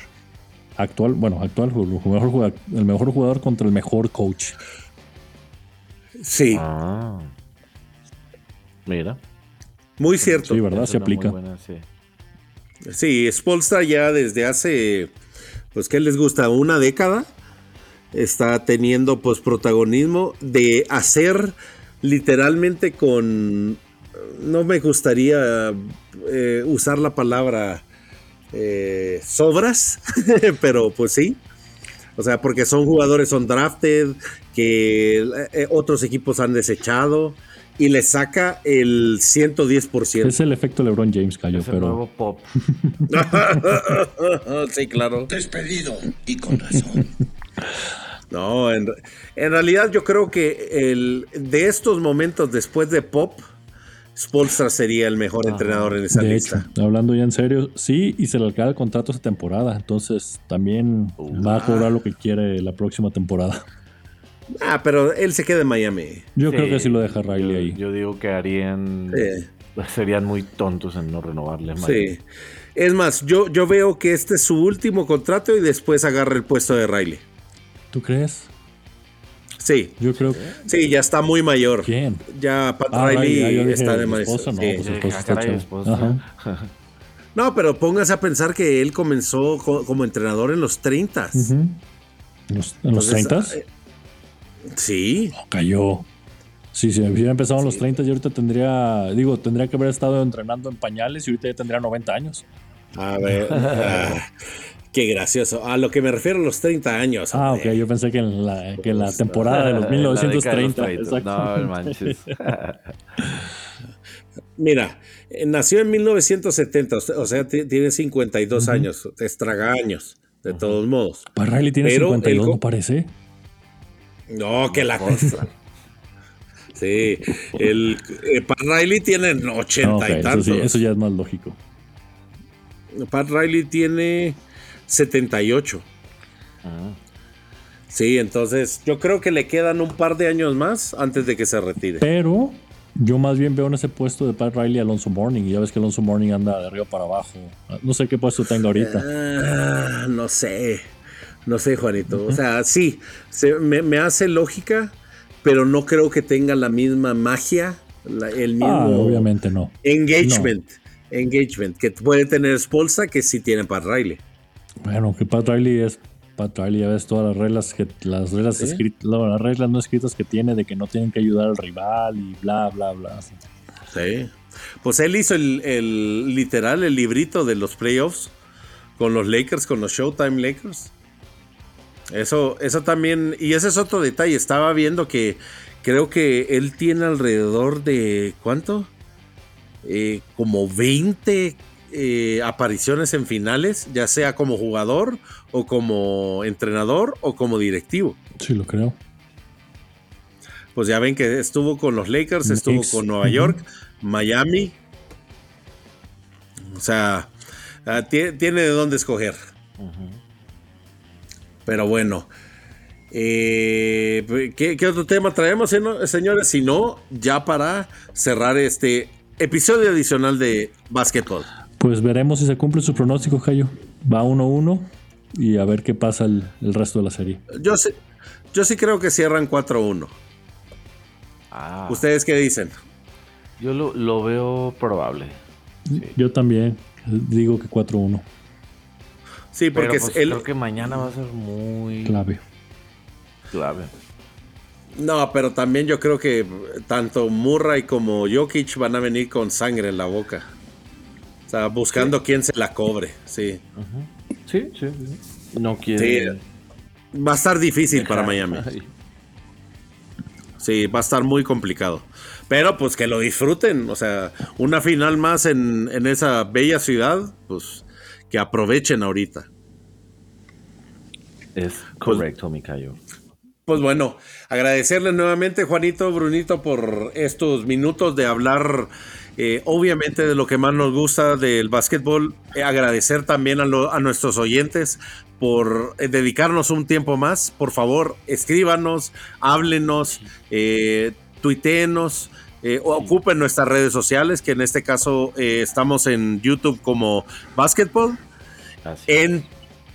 B: actual, bueno, actual, ju- ju- mejor jugador- el mejor jugador contra el mejor coach.
A: Sí,
C: Ah. Mira.
A: muy cierto.
B: Sí, ¿verdad?
C: es
B: Se
C: una muy
B: aplica.
C: buena, sí.
A: Sí, Spolstra ya desde hace, pues, ¿qué les gusta? ¿Una década? está teniendo pues protagonismo de hacer literalmente con no me gustaría eh, usar la palabra eh, sobras, pero pues sí. O sea, porque son jugadores son drafted, que eh, otros equipos han desechado y le saca el 110%.
B: Es el efecto LeBron James, Cayo,
C: Es el nuevo
B: pero
C: pop.
A: sí, claro.
D: Despedido y con razón.
A: No, en, en realidad yo creo que el, de estos momentos después de Pop, Spolstra sería el mejor entrenador en esa
B: Ah, de hecho,
A: lista.
B: hablando ya en serio, sí, y se le acaba el contrato esta temporada, entonces también va a cobrar lo que quiere la próxima temporada.
A: Ah, pero él se queda en Miami.
B: Yo
C: Sí,
B: creo que sí lo deja Riley
C: yo-
B: ahí.
C: Yo digo que harían.
A: Sí.
C: Serían muy tontos en no renovarle
B: Ah,
C: más.
A: Sí. Es más, yo, yo veo que este es su último contrato y después agarra el puesto de Riley.
B: ¿Tú crees?
A: Sí,
B: Yo creo.
A: sí, ya está muy mayor.
B: ¿Quién?
A: Ya Pat
B: Ah,
A: Riley
B: Riley, ah, yo
A: está
B: dije,
A: de
B: ¿mi
A: maestro.
B: esposo? No,
A: sí.
B: pues
C: Sí,
B: esposo
C: ah,
B: está
C: caray,
B: chavo.
C: esposo.
B: Ajá.
A: No, pero póngase a pensar que él comenzó co- como entrenador en los 30.
B: Ujú. ¿En los- ¿En los
A: Entonces,
B: 30?
A: eh, Sí,
B: Cayó. Sí, sí, hubiera empezado en los 30 y ahorita tendría, digo, tendría que haber estado entrenando en pañales y ahorita ya tendría 90 años.
A: a ver. ah, qué gracioso. A lo que me refiero a los 30 años.
B: Ah, ok,
A: hombre.
B: yo pensé que en la, que en la
A: Pues,
B: temporada de los
C: En la década de los
B: 1930.
C: 30.
B: exacto.
C: No, manches.
A: Mira, eh, nació en 1970, o sea- o sea, ti- tiene 52 años, estraga años, de todos modos.
B: Pues Riley tiene
A: Pero el
B: 52,
A: co-
B: ¿no parece?
A: No, que la cosa. Sí, el eh, Pat Riley tiene 80
B: No, ok,
A: y
B: eso,
A: tantos.
B: sí, eso ya es más lógico.
A: Pat Riley tiene 78.
C: Ah,
A: Sí, entonces yo creo que le quedan un par de años más antes de que se retire.
B: Pero yo más bien veo en ese puesto de Pat Riley a Alonso Morning. Y ya ves que Alonso Morning anda de arriba para abajo. No sé qué puesto tenga ahorita.
A: Ah, no sé, no sé, Juanito. O sea, sí, se- me, me hace lógica, pero no creo que tenga la misma magia, la- el mismo
B: Ah, obviamente no.
A: engagement. Engagement que puede tener Spolsa que sí tiene Pat Riley.
B: Bueno, que Pat Riley es Pat Riley, ya ves todas las reglas que las reglas escritas, las reglas no escritas que tiene de que no tienen que ayudar al rival y bla bla bla. así.
A: Sí. Pues él hizo el, el- literal el librito de los playoffs con los Lakers, con los Showtime Lakers. Eso, eso también, y ese es otro detalle. Estaba viendo que creo que él tiene alrededor de ¿cuánto? Eh, como 20 eh, apariciones en finales, ya sea como jugador, o como entrenador, o como directivo.
B: Sí, lo creo.
A: Pues ya ven que estuvo con los
C: Mm,
A: Lakers,
B: Los
A: estuvo
B: Knicks.
A: con Nueva York, Miami. O sea, ah, tie- tiene de dónde escoger. Pero bueno. eh, ¿qué, qué otro tema traemos, eh, no- señores? Si no, ya para cerrar este episodio adicional de Basketball.
B: Pues veremos si se cumple su pronóstico, Cayo. Va 1-1 y a ver qué pasa el, el resto de la serie.
A: Yo sí, yo sí creo que cierran 4-1.
C: Ah,
A: ¿Ustedes qué dicen?
C: Yo lo, lo veo probable.
B: Yo también digo que 4-1,
A: Sí,
C: Pero
A: porque
C: pues,
A: el,
C: creo que mañana va a ser muy
B: clave.
C: clave.
A: No, pero también yo creo que tanto Murray como Jokic van a venir con sangre en la boca. O sea, buscando quién se la cobre, sí.
C: Sí, sí. sí. No quiere.
A: Sí, Va a estar difícil para Miami. Sí, va a estar muy complicado. Pero pues que lo disfruten. O sea, una final más en, en esa bella ciudad, pues que aprovechen ahorita.
C: Es correcto, Mikayo.
A: Pues bueno, agradecerles nuevamente, Juanito, Brunito, por estos minutos de hablar, eh, obviamente, de lo que más nos gusta del básquetbol. Eh, agradecer también a, lo- a nuestros oyentes por eh, dedicarnos un tiempo más. Por favor, escríbanos, háblenos, eh, tuiteenos. eh, o ocupen nuestras redes sociales, que en este caso eh, estamos en YouTube como Basketball,
C: Así.
A: en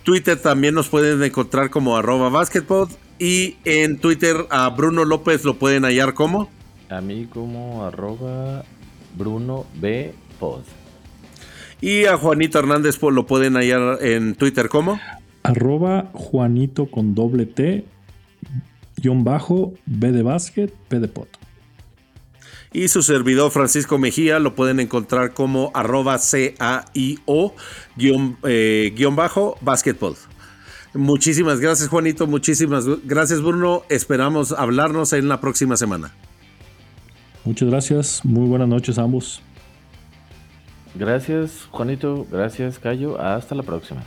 A: Twitter también nos pueden encontrar como arroba basketpod. Y en Twitter a Bruno López lo pueden hallar como.
C: A mí como arroba Bruno B. Pod.
A: Y a Juanito Hernández pues, lo pueden hallar en Twitter como.
B: Arroba Juanito con doble T guión bajo, B de básquet, P de pot.
A: Y su servidor Francisco Mejía lo pueden encontrar como arroba CAIO guión, eh, guión bajo basketball. Muchísimas gracias Juanito, muchísimas gracias Bruno. Esperamos hablarnos en la próxima semana.
B: Muchas gracias, muy buenas noches a ambos.
C: Gracias, Juanito. Gracias, Cayo. Hasta la próxima.